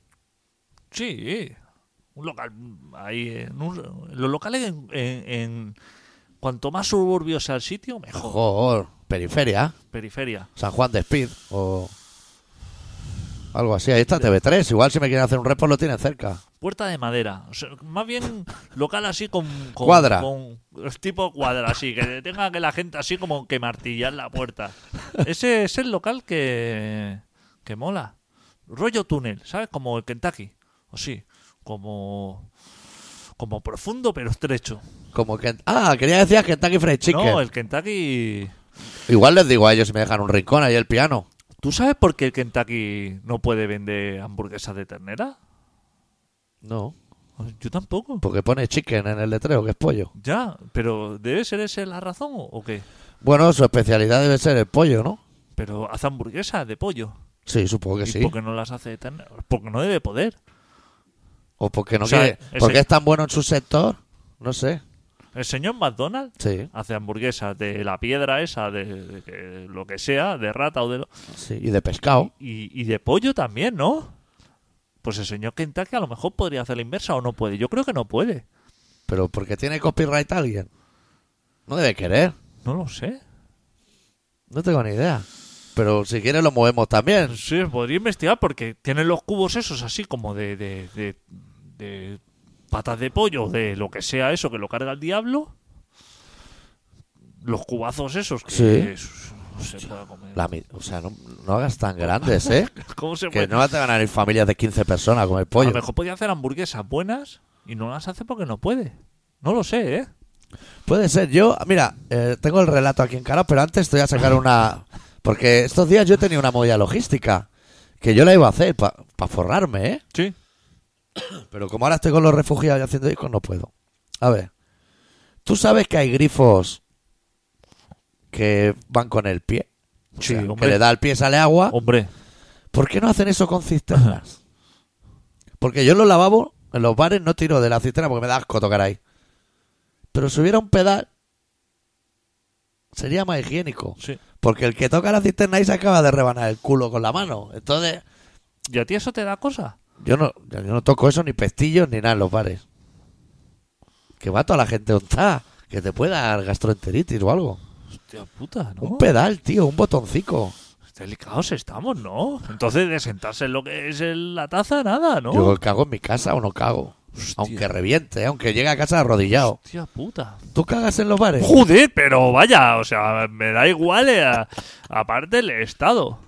Speaker 2: Sí. Un local ahí en un- los locales en, en- en- cuanto más suburbio sea el sitio, mejor.
Speaker 1: Mejor. Periferia.
Speaker 2: Periferia.
Speaker 1: San Juan de Speed. O algo así. Ahí está TV3. Igual si me quieren hacer un report lo tienen cerca.
Speaker 2: Puerta de madera. O sea, más bien local así con, con-
Speaker 1: Cuadra.
Speaker 2: con- es tipo cuadra, así. Que tenga que la gente así como que martillar la puerta. Ese es el local que, que mola. Rollo túnel, ¿sabes? Como el Kentucky. O sí. Como, como profundo pero estrecho.
Speaker 1: Como que... Ah, quería decir Kentucky Fried Chicken.
Speaker 2: No, el Kentucky...
Speaker 1: Igual les digo a ellos si me dejan un rincón ahí el piano.
Speaker 2: ¿Tú sabes por qué el Kentucky no puede vender hamburguesas de ternera?
Speaker 1: No.
Speaker 2: Yo tampoco.
Speaker 1: Porque pone chicken en el letrero, que es pollo.
Speaker 2: Ya, pero ¿debe ser esa la razón o- o qué?
Speaker 1: Bueno, su especialidad debe ser el pollo, ¿no?
Speaker 2: Pero hace hamburguesas de pollo.
Speaker 1: Sí, supongo que
Speaker 2: ¿Y
Speaker 1: sí.
Speaker 2: por qué no las hace tan.? Porque no debe poder.
Speaker 1: O porque no
Speaker 2: O sea,
Speaker 1: quiere-
Speaker 2: ese-
Speaker 1: Porque es tan bueno en su sector. No sé.
Speaker 2: El señor McDonald
Speaker 1: Sí,
Speaker 2: hace hamburguesas de la piedra esa, de, de que- lo que sea, de rata o de. lo-
Speaker 1: sí. Y de pescado.
Speaker 2: Y, y de pollo también, ¿no? Pues el señor Kentucky a lo mejor podría hacer la inversa o no puede. Yo creo que no puede.
Speaker 1: Pero porque tiene copyright alguien. No debe querer.
Speaker 2: No lo sé.
Speaker 1: No tengo ni idea. Pero si quiere lo movemos también.
Speaker 2: Sí, podría investigar porque tienen los cubos esos así como de. de, de- de patas de pollo, de lo que sea eso que lo carga el diablo. Los cubazos esos que
Speaker 1: Sí.
Speaker 2: es- no se puede comer.
Speaker 1: La mi- o sea, no, no hagas tan grandes, ¿eh?
Speaker 2: ¿Cómo se
Speaker 1: que
Speaker 2: puede?
Speaker 1: no te van a ir familias de 15 personas a comer
Speaker 2: a lo
Speaker 1: pollo.
Speaker 2: mejor podía hacer hamburguesas buenas y no las hace porque no puede. No lo sé, ¿eh?
Speaker 1: Puede ser. Yo, mira, eh, tengo el relato aquí en cara, pero antes te voy a sacar una... Porque estos días yo he tenido una movida logística. Que yo la iba a hacer para forrarme, ¿eh?
Speaker 2: Sí.
Speaker 1: Pero como ahora estoy con los refugiados y haciendo discos, no puedo. A ver. Tú sabes que hay grifos que van con el pie. O
Speaker 2: Sí,
Speaker 1: sea, que
Speaker 2: hombre.
Speaker 1: le da al pie sale agua.
Speaker 2: Hombre,
Speaker 1: ¿Por qué no hacen eso con cisternas? Porque yo en los lavabos, en los bares, no tiro de la cisterna porque me da asco tocar ahí. Pero si hubiera un pedal, sería más higiénico.
Speaker 2: sí.
Speaker 1: Porque el que toca la cisterna ahí se acaba de rebanar el culo con la mano. Entonces,
Speaker 2: ¿Y a ti eso te da cosa?
Speaker 1: yo no, yo no toco eso ni pestillos ni nada en los bares. Que va toda la gente onta. Que te pueda dar gastroenteritis o algo.
Speaker 2: Hostia puta, ¿no?
Speaker 1: Un pedal, tío, un botoncico.
Speaker 2: Delicados estamos, ¿no? Entonces, de sentarse en lo que es el- la taza, nada, ¿no?
Speaker 1: Yo cago en mi casa o no cago.
Speaker 2: Hostia.
Speaker 1: Aunque reviente, ¿eh? aunque llegue a casa arrodillado.
Speaker 2: Hostia puta.
Speaker 1: ¿Tú cagas en los bares?
Speaker 2: Joder, pero vaya, o sea, me da igual. eh, a- aparte el Estado.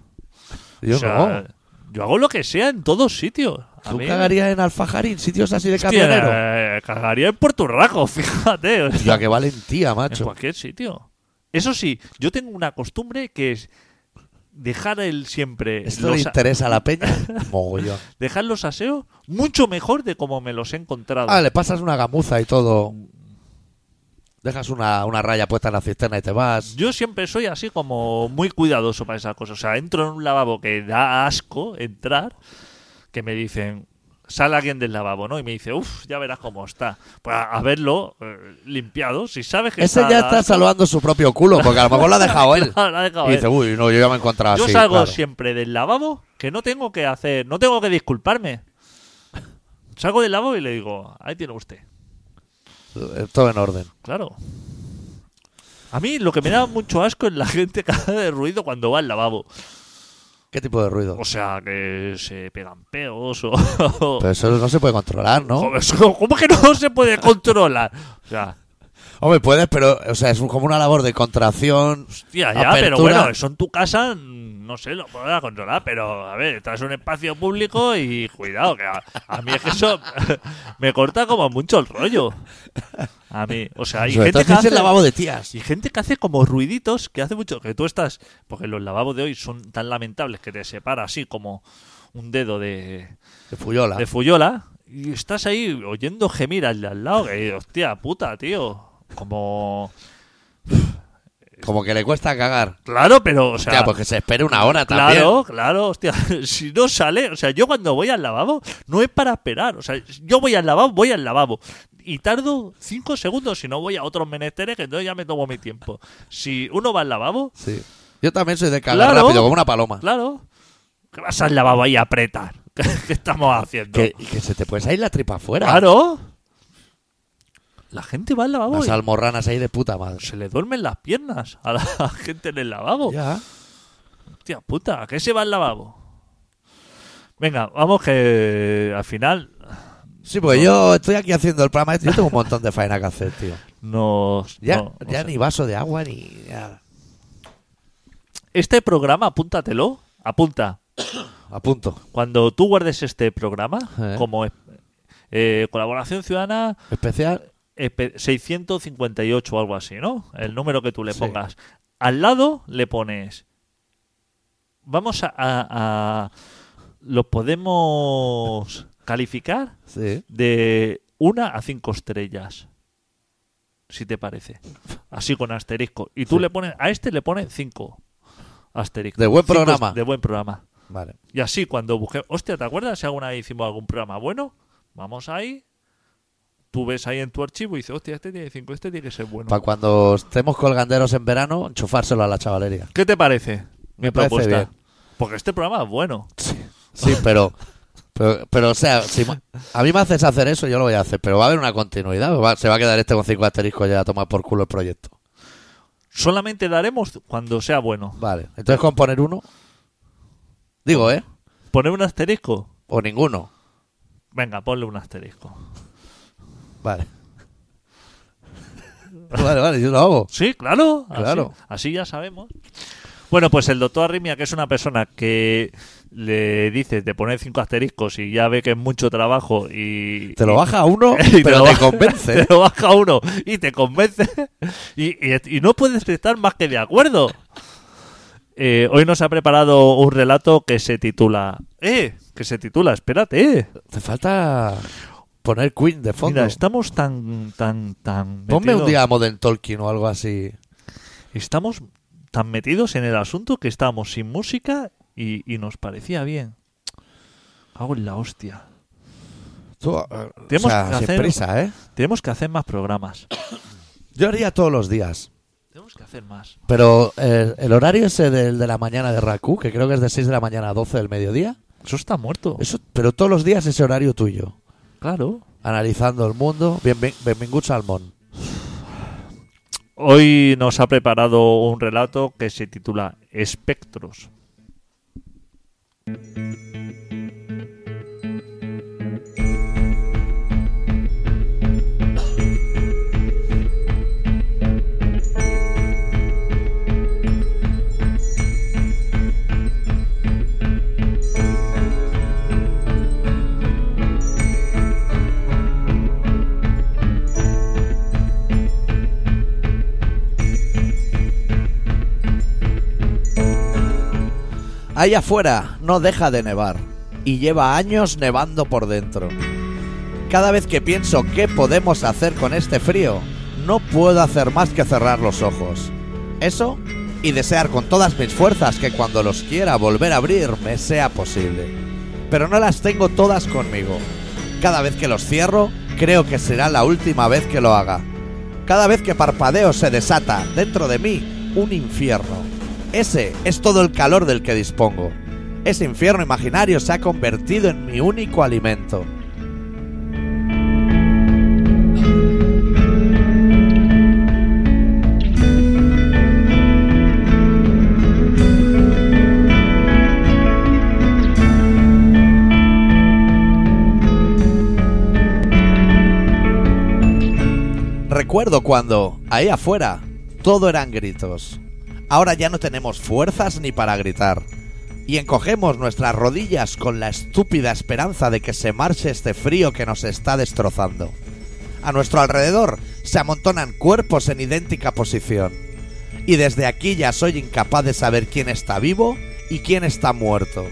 Speaker 1: Yo
Speaker 2: o sea,
Speaker 1: no.
Speaker 2: Yo hago lo que sea en todos sitios. A
Speaker 1: ¿Tú
Speaker 2: mí-
Speaker 1: cagarías en Alfajarín, sitios así de
Speaker 2: Hostia,
Speaker 1: camionero?
Speaker 2: eh, cagaría en Puerto Raco, fíjate. o sea.
Speaker 1: Tío, qué valentía,
Speaker 2: En
Speaker 1: macho.
Speaker 2: cualquier sitio. Eso sí, yo tengo una costumbre que es dejar el siempre
Speaker 1: Esto le
Speaker 2: los, a-
Speaker 1: interesa a la peña. Mogollón.
Speaker 2: dejar los aseos mucho mejor de como me los he encontrado.
Speaker 1: Ah, le pasas una gamuza y todo. Dejas una, una raya puesta en la cisterna y te vas.
Speaker 2: Yo siempre soy así como muy cuidadoso para esas cosas. O sea, entro en un lavabo que da asco entrar, que me dicen, sale alguien del lavabo, ¿no? Y me dice, uff, ya verás cómo está. Pues a, a verlo eh, limpiado, si sabes que
Speaker 1: Ese ya está salvando su propio culo, porque a lo mejor lo ha dejado él.
Speaker 2: Lo ha dejado
Speaker 1: Y
Speaker 2: él.
Speaker 1: dice, uy, no, yo ya me he encontrado
Speaker 2: Yo
Speaker 1: así.
Speaker 2: salgo
Speaker 1: claro.
Speaker 2: siempre del lavabo que no tengo que hacer, no tengo que disculparme. Salgo del lavabo y le digo, ahí tiene usted.
Speaker 1: Eh, Todo en orden.
Speaker 2: Claro. A mí lo que me da mucho asco es la gente que hace ruido cuando va al lavabo.
Speaker 1: ¿Qué tipo de ruido?
Speaker 2: O sea, que se pegan peos o...
Speaker 1: Pero eso no se puede controlar, ¿no?
Speaker 2: Joder, eso- ¿Cómo que no se puede controlar? O sea,
Speaker 1: Hombre, puedes, pero, o sea, es un- como una labor de contracción.
Speaker 2: tía, ya,
Speaker 1: Apertura.
Speaker 2: pero bueno, eso en tu casa, no sé, lo podrás controlar, pero a ver, estás en un espacio público y cuidado, que a, a mí es que eso me corta como mucho el rollo. A mí, o sea, hay
Speaker 1: Sobre todo si
Speaker 2: gente que
Speaker 1: es
Speaker 2: hace...
Speaker 1: el lavabo de tías.
Speaker 2: Y gente que hace como ruiditos, que hace mucho, que tú estás, porque los lavabos de hoy son tan lamentables que te separa así como un dedo de,
Speaker 1: De Fuyola.
Speaker 2: de fuyola, y estás ahí oyendo gemir al de al lado, que hostia puta, tío. Como...
Speaker 1: Como que le cuesta cagar.
Speaker 2: Claro, pero, o sea...
Speaker 1: Hostia, pues que se espere una hora también.
Speaker 2: Claro, claro, hostia, si no sale, o sea, yo cuando voy al lavabo no es para esperar, o sea, yo voy al lavabo, voy al lavabo y tardo cinco segundos si no voy a otros menesteres que entonces ya me tomo mi tiempo. Si uno va al lavabo,
Speaker 1: Sí. Yo también soy de cagar
Speaker 2: Claro.
Speaker 1: rápido, como una paloma.
Speaker 2: Claro. ¿Qué vas al lavabo ahí a apretar? ¿Qué, qué estamos haciendo?
Speaker 1: Que, y que se te puede salir la tripa afuera.
Speaker 2: Claro. La gente va al lavabo
Speaker 1: Las
Speaker 2: y
Speaker 1: almorranas ahí de puta madre.
Speaker 2: se le duermen las piernas a la gente en el lavabo.
Speaker 1: Ya.
Speaker 2: Hostia puta, ¿a qué se va al lavabo? Venga, vamos que al final
Speaker 1: Sí, pues yo estoy aquí haciendo el programa. este, Yo tengo un montón de faena que hacer, tío.
Speaker 2: nos...
Speaker 1: Ya,
Speaker 2: no, o
Speaker 1: ya
Speaker 2: sea,
Speaker 1: ni vaso de agua ni. nada.
Speaker 2: Este programa, apúntatelo, apunta.
Speaker 1: A punto.
Speaker 2: Cuando tú guardes este programa,
Speaker 1: Eh.
Speaker 2: como es- eh, colaboración ciudadana,
Speaker 1: Especial.
Speaker 2: Espe- 658 o algo así, ¿no? El número que tú le
Speaker 1: Sí.
Speaker 2: pongas. Al lado le pones. Vamos a. a- a- lo podemos calificar
Speaker 1: Sí.
Speaker 2: de una a cinco estrellas. Si te parece. Así con asterisco. Y tú
Speaker 1: Sí.
Speaker 2: le pones. A este le pones cinco asterisco.
Speaker 1: De buen
Speaker 2: Cinco est-
Speaker 1: programa.
Speaker 2: De buen programa.
Speaker 1: Vale.
Speaker 2: Y así cuando busqué, hostia, ¿te acuerdas si alguna vez hicimos algún programa bueno? Vamos ahí, tú ves ahí en tu archivo y dices, hostia, este tiene 5, este tiene que ser bueno.
Speaker 1: Para cuando estemos colganderos en verano, enchufárselo a la chavalería.
Speaker 2: ¿Qué te parece?
Speaker 1: Me
Speaker 2: mi
Speaker 1: parece
Speaker 2: propuesta?
Speaker 1: bien.
Speaker 2: Porque este programa es bueno.
Speaker 1: Sí, pero. Pero, pero, o sea, si ma- a mí me haces hacer eso, yo lo voy a hacer. Pero va a haber una continuidad. Va- se va a quedar este con cinco asteriscos ya a tomar por culo el proyecto.
Speaker 2: Solamente daremos cuando sea bueno.
Speaker 1: Vale. Entonces, con poner uno. Digo, ¿eh?
Speaker 2: ¿Poner un asterisco?
Speaker 1: O ninguno.
Speaker 2: Venga, ponle un asterisco.
Speaker 1: Vale. vale, vale, yo lo hago.
Speaker 2: Sí, claro. así-
Speaker 1: Claro.
Speaker 2: Así, ya sabemos. Bueno, pues el doctor Arrimia, que es una persona que le dices de poner cinco asteriscos y ya ve que es mucho trabajo y...
Speaker 1: Te lo
Speaker 2: y-
Speaker 1: baja a uno,
Speaker 2: Y te
Speaker 1: pero
Speaker 2: lo
Speaker 1: te
Speaker 2: baja-
Speaker 1: convence. ¿eh?
Speaker 2: Te lo baja uno y te convence. Y, y- y no puedes estar más que de acuerdo. Eh, hoy nos ha preparado un relato que se titula. ¡Eh! Que se titula, espérate, eh.
Speaker 1: Te falta poner Queen de fondo.
Speaker 2: Mira, estamos tan, tan, tan.
Speaker 1: Ponme un
Speaker 2: metidos-
Speaker 1: día Modern Tolkien o algo así.
Speaker 2: Estamos tan metidos en el asunto que estábamos sin música y, y nos parecía bien. Hago en la hostia.
Speaker 1: Tú, eh,
Speaker 2: Tenemos
Speaker 1: o sea,
Speaker 2: que
Speaker 1: sin
Speaker 2: hacer-
Speaker 1: prisa, ¿eh?
Speaker 2: Tenemos que hacer más programas.
Speaker 1: Yo haría todos los días.
Speaker 2: Tenemos que hacer más.
Speaker 1: Pero eh, el horario ese del de la mañana de Raku, que creo que es de 6 de la mañana a 12 del mediodía,
Speaker 2: Eso está muerto.
Speaker 1: eso, pero todos los días ese horario tuyo.
Speaker 2: Claro.
Speaker 1: Analizando el mundo, bien, bien, bienvenido Salmón.
Speaker 2: Hoy nos ha preparado un relato que se titula Espectros.
Speaker 1: Allá afuera no deja de nevar y lleva años nevando por dentro. Cada vez que pienso qué podemos hacer con este frío, no puedo hacer más que cerrar los ojos. Eso y desear con todas mis fuerzas que cuando los quiera volver a abrir me sea posible. Pero no las tengo todas conmigo. Cada vez que los cierro, creo que será la última vez que lo haga. Cada vez que parpadeo se desata dentro de mí un infierno. Ese es todo el calor del que dispongo. Ese infierno imaginario se ha convertido en mi único alimento. Recuerdo cuando, ahí afuera, todo eran gritos. Ahora ya no tenemos fuerzas ni para gritar. Y encogemos nuestras rodillas con la estúpida esperanza de que se marche este frío que nos está destrozando. A nuestro alrededor se amontonan cuerpos en idéntica posición. Y desde aquí ya soy incapaz de saber quién está vivo y quién está muerto.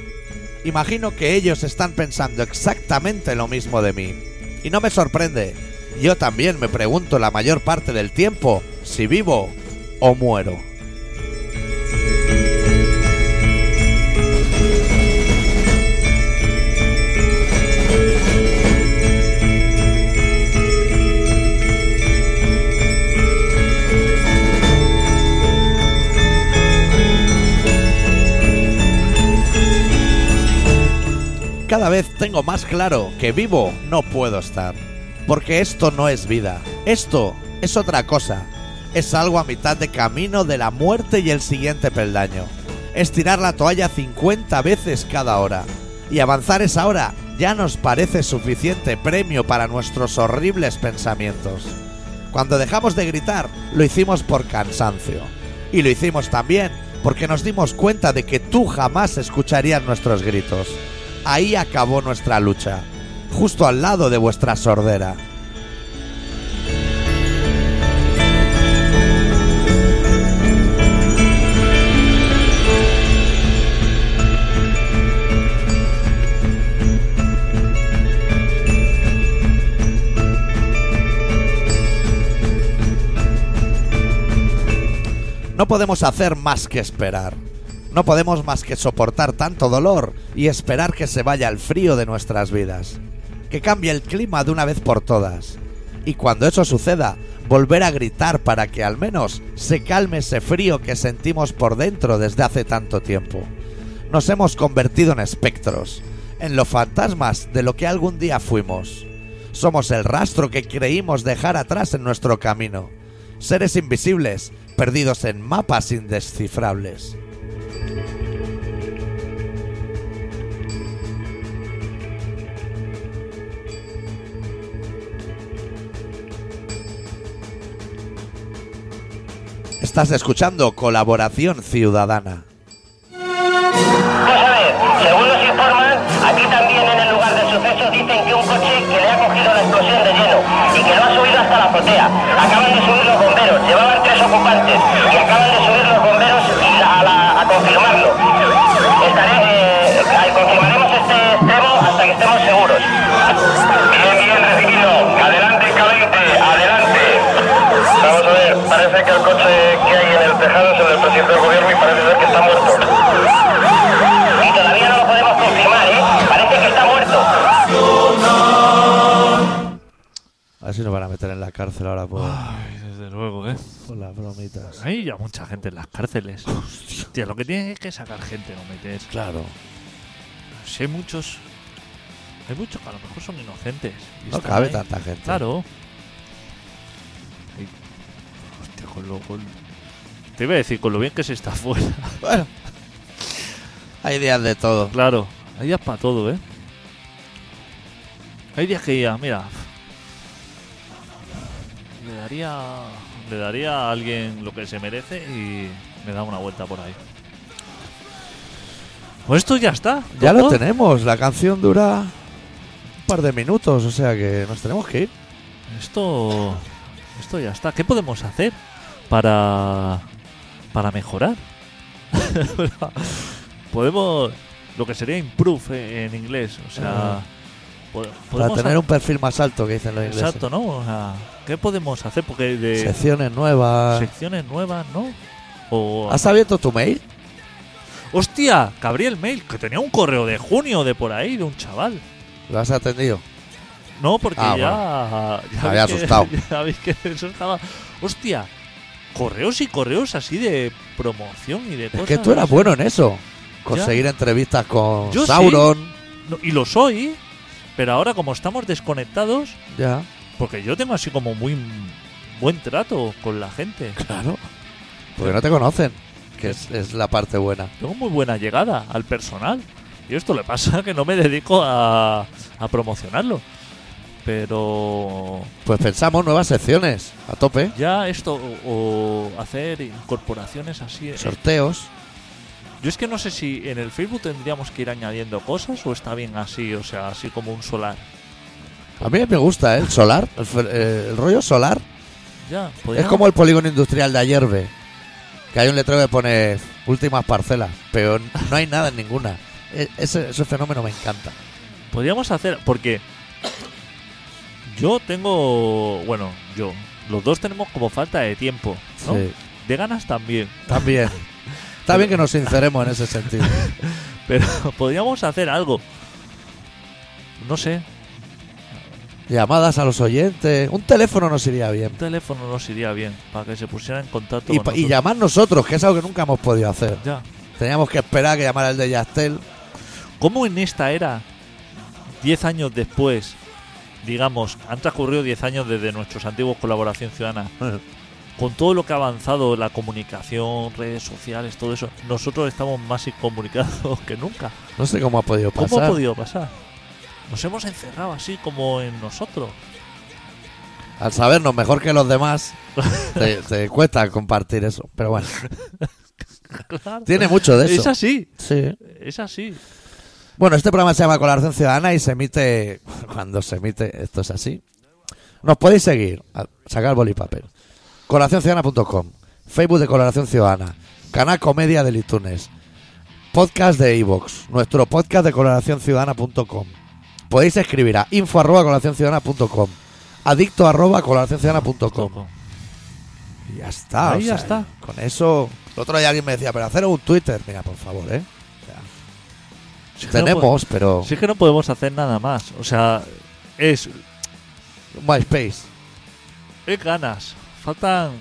Speaker 1: Imagino que ellos están pensando exactamente lo mismo de mí. Y no me sorprende. Yo también me pregunto la mayor parte del tiempo si vivo o muero. Cada vez tengo más claro que vivo no puedo estar. Porque esto no es vida. Esto es otra cosa. Es algo a mitad de camino de la muerte y el siguiente peldaño. Es tirar la toalla 50 veces cada hora. Y avanzar esa hora ya nos parece suficiente premio para nuestros horribles pensamientos. Cuando dejamos de gritar, lo hicimos por cansancio. Y lo hicimos también porque nos dimos cuenta de que tú jamás escucharías nuestros gritos. Ahí acabó nuestra lucha justo al lado de vuestra sordera. No podemos hacer más que esperar. No podemos más que soportar tanto dolor y esperar que se vaya el frío de nuestras vidas que cambie el clima de una vez por todas. Y cuando eso suceda, volver a gritar para que al menos se calme ese frío que sentimos por dentro desde hace tanto tiempo. Nos hemos convertido en espectros, en los fantasmas de lo que algún día fuimos. Somos el rastro que creímos dejar atrás en nuestro camino. Seres invisibles, perdidos en mapas indescifrables. Estás escuchando Colaboración Ciudadana.
Speaker 3: Vamos a ver, según nos informan, aquí también en el lugar del suceso dicen que un coche que le ha cogido la explosión de lleno y que lo ha subido hasta la azotea. Acaban de subir los bomberos, llevaban tres ocupantes y acaban de subir los bomberos a, la- a confirmarlo. Estaré, eh, confirmaremos este extremo hasta que estemos seguros. Bien, bien, recibido. Adelante, K20, adelante. Vamos a ver, parece que el coche que hay en el tejado es el del presidente del gobierno y parece ser que está muerto. Y todavía no lo podemos confirmar, ¿eh? Parece que está muerto.
Speaker 1: A ver si nos van a meter en la cárcel ahora por,
Speaker 2: Ay, desde luego, ¿eh?
Speaker 1: por las bromitas.
Speaker 2: Hay ya mucha gente en las cárceles. Hostia, lo que tiene es que sacar gente, no meter.
Speaker 1: Claro.
Speaker 2: Si hay muchos. Hay muchos que a lo mejor son inocentes. y
Speaker 1: No
Speaker 2: están
Speaker 1: cabe
Speaker 2: ahí.
Speaker 1: tanta gente.
Speaker 2: Claro. Ay, hostia, con lo. con- Te iba a decir, con lo bien que se está fuera.
Speaker 1: Bueno. Hay días de todo.
Speaker 2: Claro, hay días para todo, ¿eh? Hay días que ya, mira. Le daría. Le daría a alguien lo que se merece y me da una vuelta por ahí. Pues esto ya está.
Speaker 1: Ya lo
Speaker 2: tonto.
Speaker 1: tenemos. La canción dura un par de minutos, o sea que nos tenemos que ir.
Speaker 2: Esto. Esto ya está. ¿Qué podemos hacer para. para mejorar? podemos. lo que sería improve eh, en inglés. O sea. po-
Speaker 1: Ah. Para
Speaker 2: podemos
Speaker 1: tener
Speaker 2: ha-
Speaker 1: un perfil más alto, que dicen los ingleses.
Speaker 2: Exacto, ¿no? O sea, ¿qué podemos hacer? Porque de
Speaker 1: Secciones nuevas.
Speaker 2: secciones nuevas, ¿no? O...
Speaker 1: ¿Has abierto tu mail?
Speaker 2: ¡Hostia! Que abrí el mail, que tenía un correo de junio de por ahí, de un chaval.
Speaker 1: ¿Lo has atendido?
Speaker 2: No, porque
Speaker 1: Ah,
Speaker 2: ya,
Speaker 1: Me
Speaker 2: ya veis
Speaker 1: había
Speaker 2: que-
Speaker 1: asustado.
Speaker 2: ya veis que eso estaba. ¡Hostia! Correos y correos así de promoción y de
Speaker 1: Es
Speaker 2: cosas.
Speaker 1: que tú eras
Speaker 2: así.
Speaker 1: bueno en eso. Conseguir entrevistas con
Speaker 2: Yo sí.
Speaker 1: Sauron.
Speaker 2: No, y lo soy, pero ahora como estamos desconectados,
Speaker 1: Ya,
Speaker 2: porque yo tengo así como muy buen trato con la gente.
Speaker 1: claro. Porque no te conocen, que es, es la parte buena.
Speaker 2: Tengo muy buena llegada al personal. Y esto le pasa que no me dedico a, a promocionarlo. Pero
Speaker 1: Pues pensamos nuevas secciones, a tope.
Speaker 2: ya esto o, o hacer incorporaciones así. eh,
Speaker 1: Sorteos.
Speaker 2: Yo es que no sé si en el Facebook tendríamos que ir añadiendo cosas o está bien así, o sea, así como un solar.
Speaker 1: A mí me gusta, ¿eh? El solar. El, fe- eh, el rollo solar.
Speaker 2: Ya,
Speaker 1: Es
Speaker 2: podríamos-
Speaker 1: como el polígono industrial de Ayerbe. Que hay un letrero que pone últimas parcelas, pero no hay nada en ninguna. E- Ese, ese fenómeno me encanta.
Speaker 2: Podríamos hacer, porque yo tengo, bueno, yo, los dos tenemos como falta de tiempo, ¿no?
Speaker 1: Sí.
Speaker 2: De ganas también,
Speaker 1: También. Está bien que nos sinceremos en ese sentido.
Speaker 2: pero podríamos hacer algo. No sé,
Speaker 1: Llamadas a los oyentes. Un teléfono nos iría bien.
Speaker 2: un teléfono nos iría bien para que se pusiera en contacto
Speaker 1: Y,
Speaker 2: con
Speaker 1: pa- y
Speaker 2: nosotros.
Speaker 1: llamar nosotros, que es algo que nunca hemos podido hacer.
Speaker 2: Ya.
Speaker 1: Teníamos que esperar que llamara el de Yastel.
Speaker 2: ¿Cómo en esta era, 10 años después, digamos, han transcurrido 10 años desde nuestros antiguos colaboración ciudadana, con todo lo que ha avanzado la comunicación, redes sociales, todo eso, nosotros estamos más incomunicados que nunca.
Speaker 1: No sé cómo ha podido
Speaker 2: ¿Cómo
Speaker 1: pasar.
Speaker 2: ha podido pasar? Nos hemos encerrado así como en nosotros.
Speaker 1: Al sabernos mejor que los demás, te, te cuesta compartir eso. Pero bueno,
Speaker 2: Claro.
Speaker 1: tiene mucho de
Speaker 2: Es
Speaker 1: eso.
Speaker 2: así,
Speaker 1: Sí.
Speaker 2: es así.
Speaker 1: Bueno, este programa se llama Colaboración Ciudadana y se emite. Cuando se emite, esto es así. Nos podéis seguir. a- Sacar boli y papel. Colaboraciónciudadana.com. Facebook de Colaboración Ciudadana. Canal Comedia de iTunes. Podcast de Evox. Nuestro podcast de colaboraciónciudadana.com. Podéis escribir a info arroba colaboraciónciudadana.com. Adicto arroba colaboraciónciudadana.com. Y ya está.
Speaker 2: Ahí
Speaker 1: o
Speaker 2: ya
Speaker 1: sea,
Speaker 2: está.
Speaker 1: Con eso. El otro día alguien me decía, pero hacer un Twitter. Mira, por favor, ¿eh?
Speaker 2: Si es que no pues, po-
Speaker 1: Tenemos, pero.
Speaker 2: si es que no podemos hacer nada más. O sea, es,
Speaker 1: MySpace.
Speaker 2: es ganas. Faltan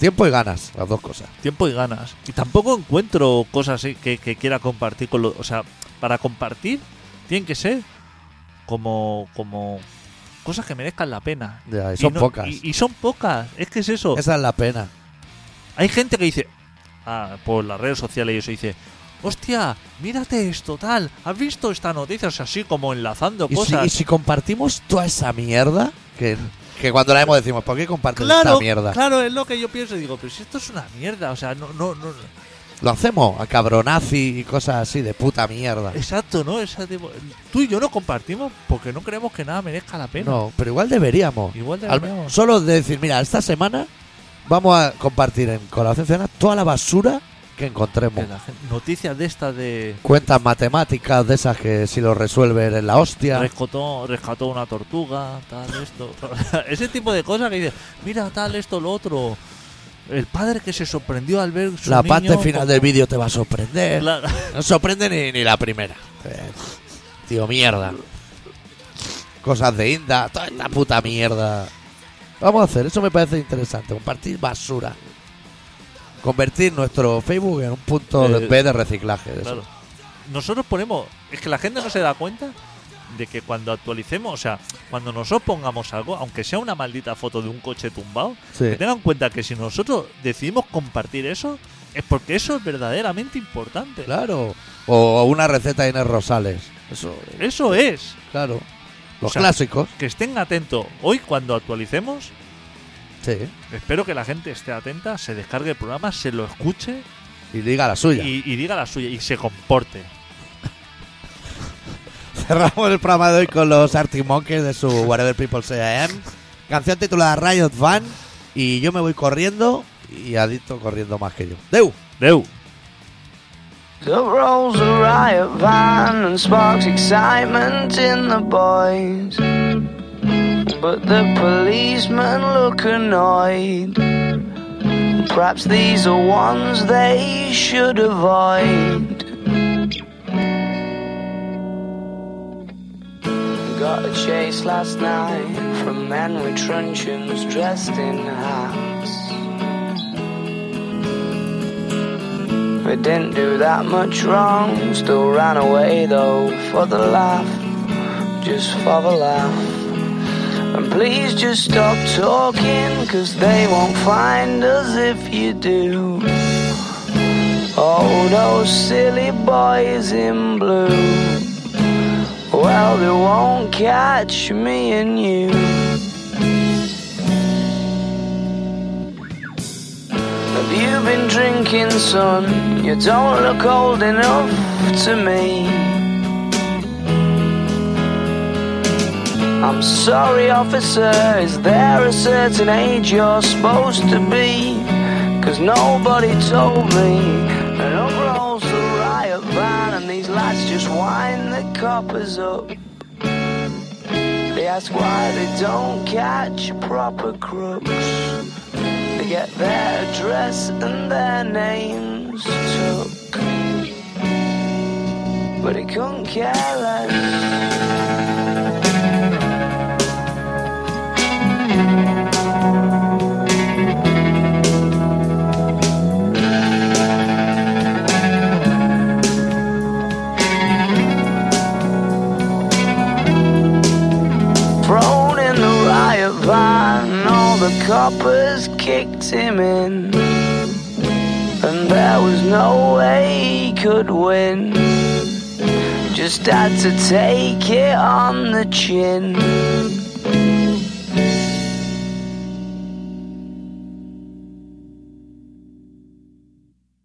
Speaker 1: Tiempo y ganas, las dos cosas.
Speaker 2: tiempo y ganas. Y tampoco encuentro cosas así que, que quiera compartir con los. O sea, para compartir tienen que ser como. como cosas que merezcan la pena.
Speaker 1: Ya, y Eh, son
Speaker 2: no-
Speaker 1: pocas.
Speaker 2: Y, y son pocas. Es que es eso.
Speaker 1: Esa es la pena.
Speaker 2: Hay gente que dice. ah, por las redes sociales y eso dice. Hostia, mírate esto, tal. ¿Has visto esta noticia? O sea, así como enlazando
Speaker 1: Y si,
Speaker 2: cosas.
Speaker 1: y si compartimos toda esa mierda, que, que cuando la vemos decimos, ¿por qué compartimos
Speaker 2: Claro,
Speaker 1: esta mierda?
Speaker 2: claro, es lo que yo pienso. y Digo, pero si esto es una mierda, o sea, no, no, no,
Speaker 1: Lo hacemos a cabronazi y cosas así de puta mierda.
Speaker 2: Exacto, ¿no? Esa tipo- tú y yo no compartimos porque no creemos que nada merezca la pena.
Speaker 1: No, pero igual deberíamos.
Speaker 2: Igual
Speaker 1: Al-
Speaker 2: deberíamos.
Speaker 1: solo de decir, mira, esta semana vamos a compartir en Colaboración Ciudadana toda la basura que encontremos.
Speaker 2: Que la gente- noticias de estas de
Speaker 1: Cuentas matemáticas de esas que si lo resuelven en la hostia.
Speaker 2: rescató, rescató una tortuga, tal, esto. Ese tipo de cosas que dices, mira, tal, esto, lo otro. El padre que se sorprendió al ver su
Speaker 1: la
Speaker 2: niño
Speaker 1: parte final
Speaker 2: como-
Speaker 1: del vídeo te va a sorprender.
Speaker 2: Claro.
Speaker 1: No sorprende ni, ni la primera. Eh, tío, mierda. Cosas de Inda, toda esta puta mierda. Vamos a hacer, eso me parece interesante, compartir basura. Convertir nuestro Facebook en un punto de
Speaker 2: Eh,
Speaker 1: B de reciclaje. de eso.
Speaker 2: Claro. Nosotros ponemos. Es que la gente no se da cuenta de que cuando actualicemos, o sea, cuando nosotros pongamos algo, aunque sea una maldita foto de un coche tumbado,
Speaker 1: Sí.
Speaker 2: que tengan en cuenta que si nosotros decidimos compartir eso, es porque eso es verdaderamente importante.
Speaker 1: Claro. O una receta de Inés Rosales. Eso, eh,
Speaker 2: Eso es.
Speaker 1: claro. Los
Speaker 2: O sea-
Speaker 1: clásicos.
Speaker 2: Que estén atentos. Hoy, cuando actualicemos,
Speaker 1: Sí.
Speaker 2: espero que la gente esté atenta, se descargue el programa, se lo escuche
Speaker 1: Y diga la suya.
Speaker 2: y, y diga la suya y se comporte.
Speaker 1: Cerramos el programa de hoy con los Arctic Monkeys de su Whatever People Say I Am. Canción titulada Riot Van. Y yo me voy corriendo y adicto corriendo más que yo. ¡Deu!
Speaker 2: Deu.
Speaker 4: The rolls a riot van and sparks excitement in the boys. But the policemen look annoyed. Perhaps these are ones they should avoid. Got a chase last night from men with truncheons dressed in hats. They didn't do that much wrong, still ran away though for the laugh, just for the laugh. And please just stop talking, cause they won't find us if you do. Oh, those silly boys in blue. Well, they won't catch me and you. Have you been drinking, son? You don't look old enough to me. I'm sorry, officer, is there a certain age you're supposed to be? Cause nobody told me. And up rolls the riot van, and these lads just wind the coppers up. They ask why they don't catch proper crooks. They get their address and their names took. But he couldn't care less. Thrown in the riot van, all the coppers kicked him in. And there was no way he could win. Just had to take it on the chin.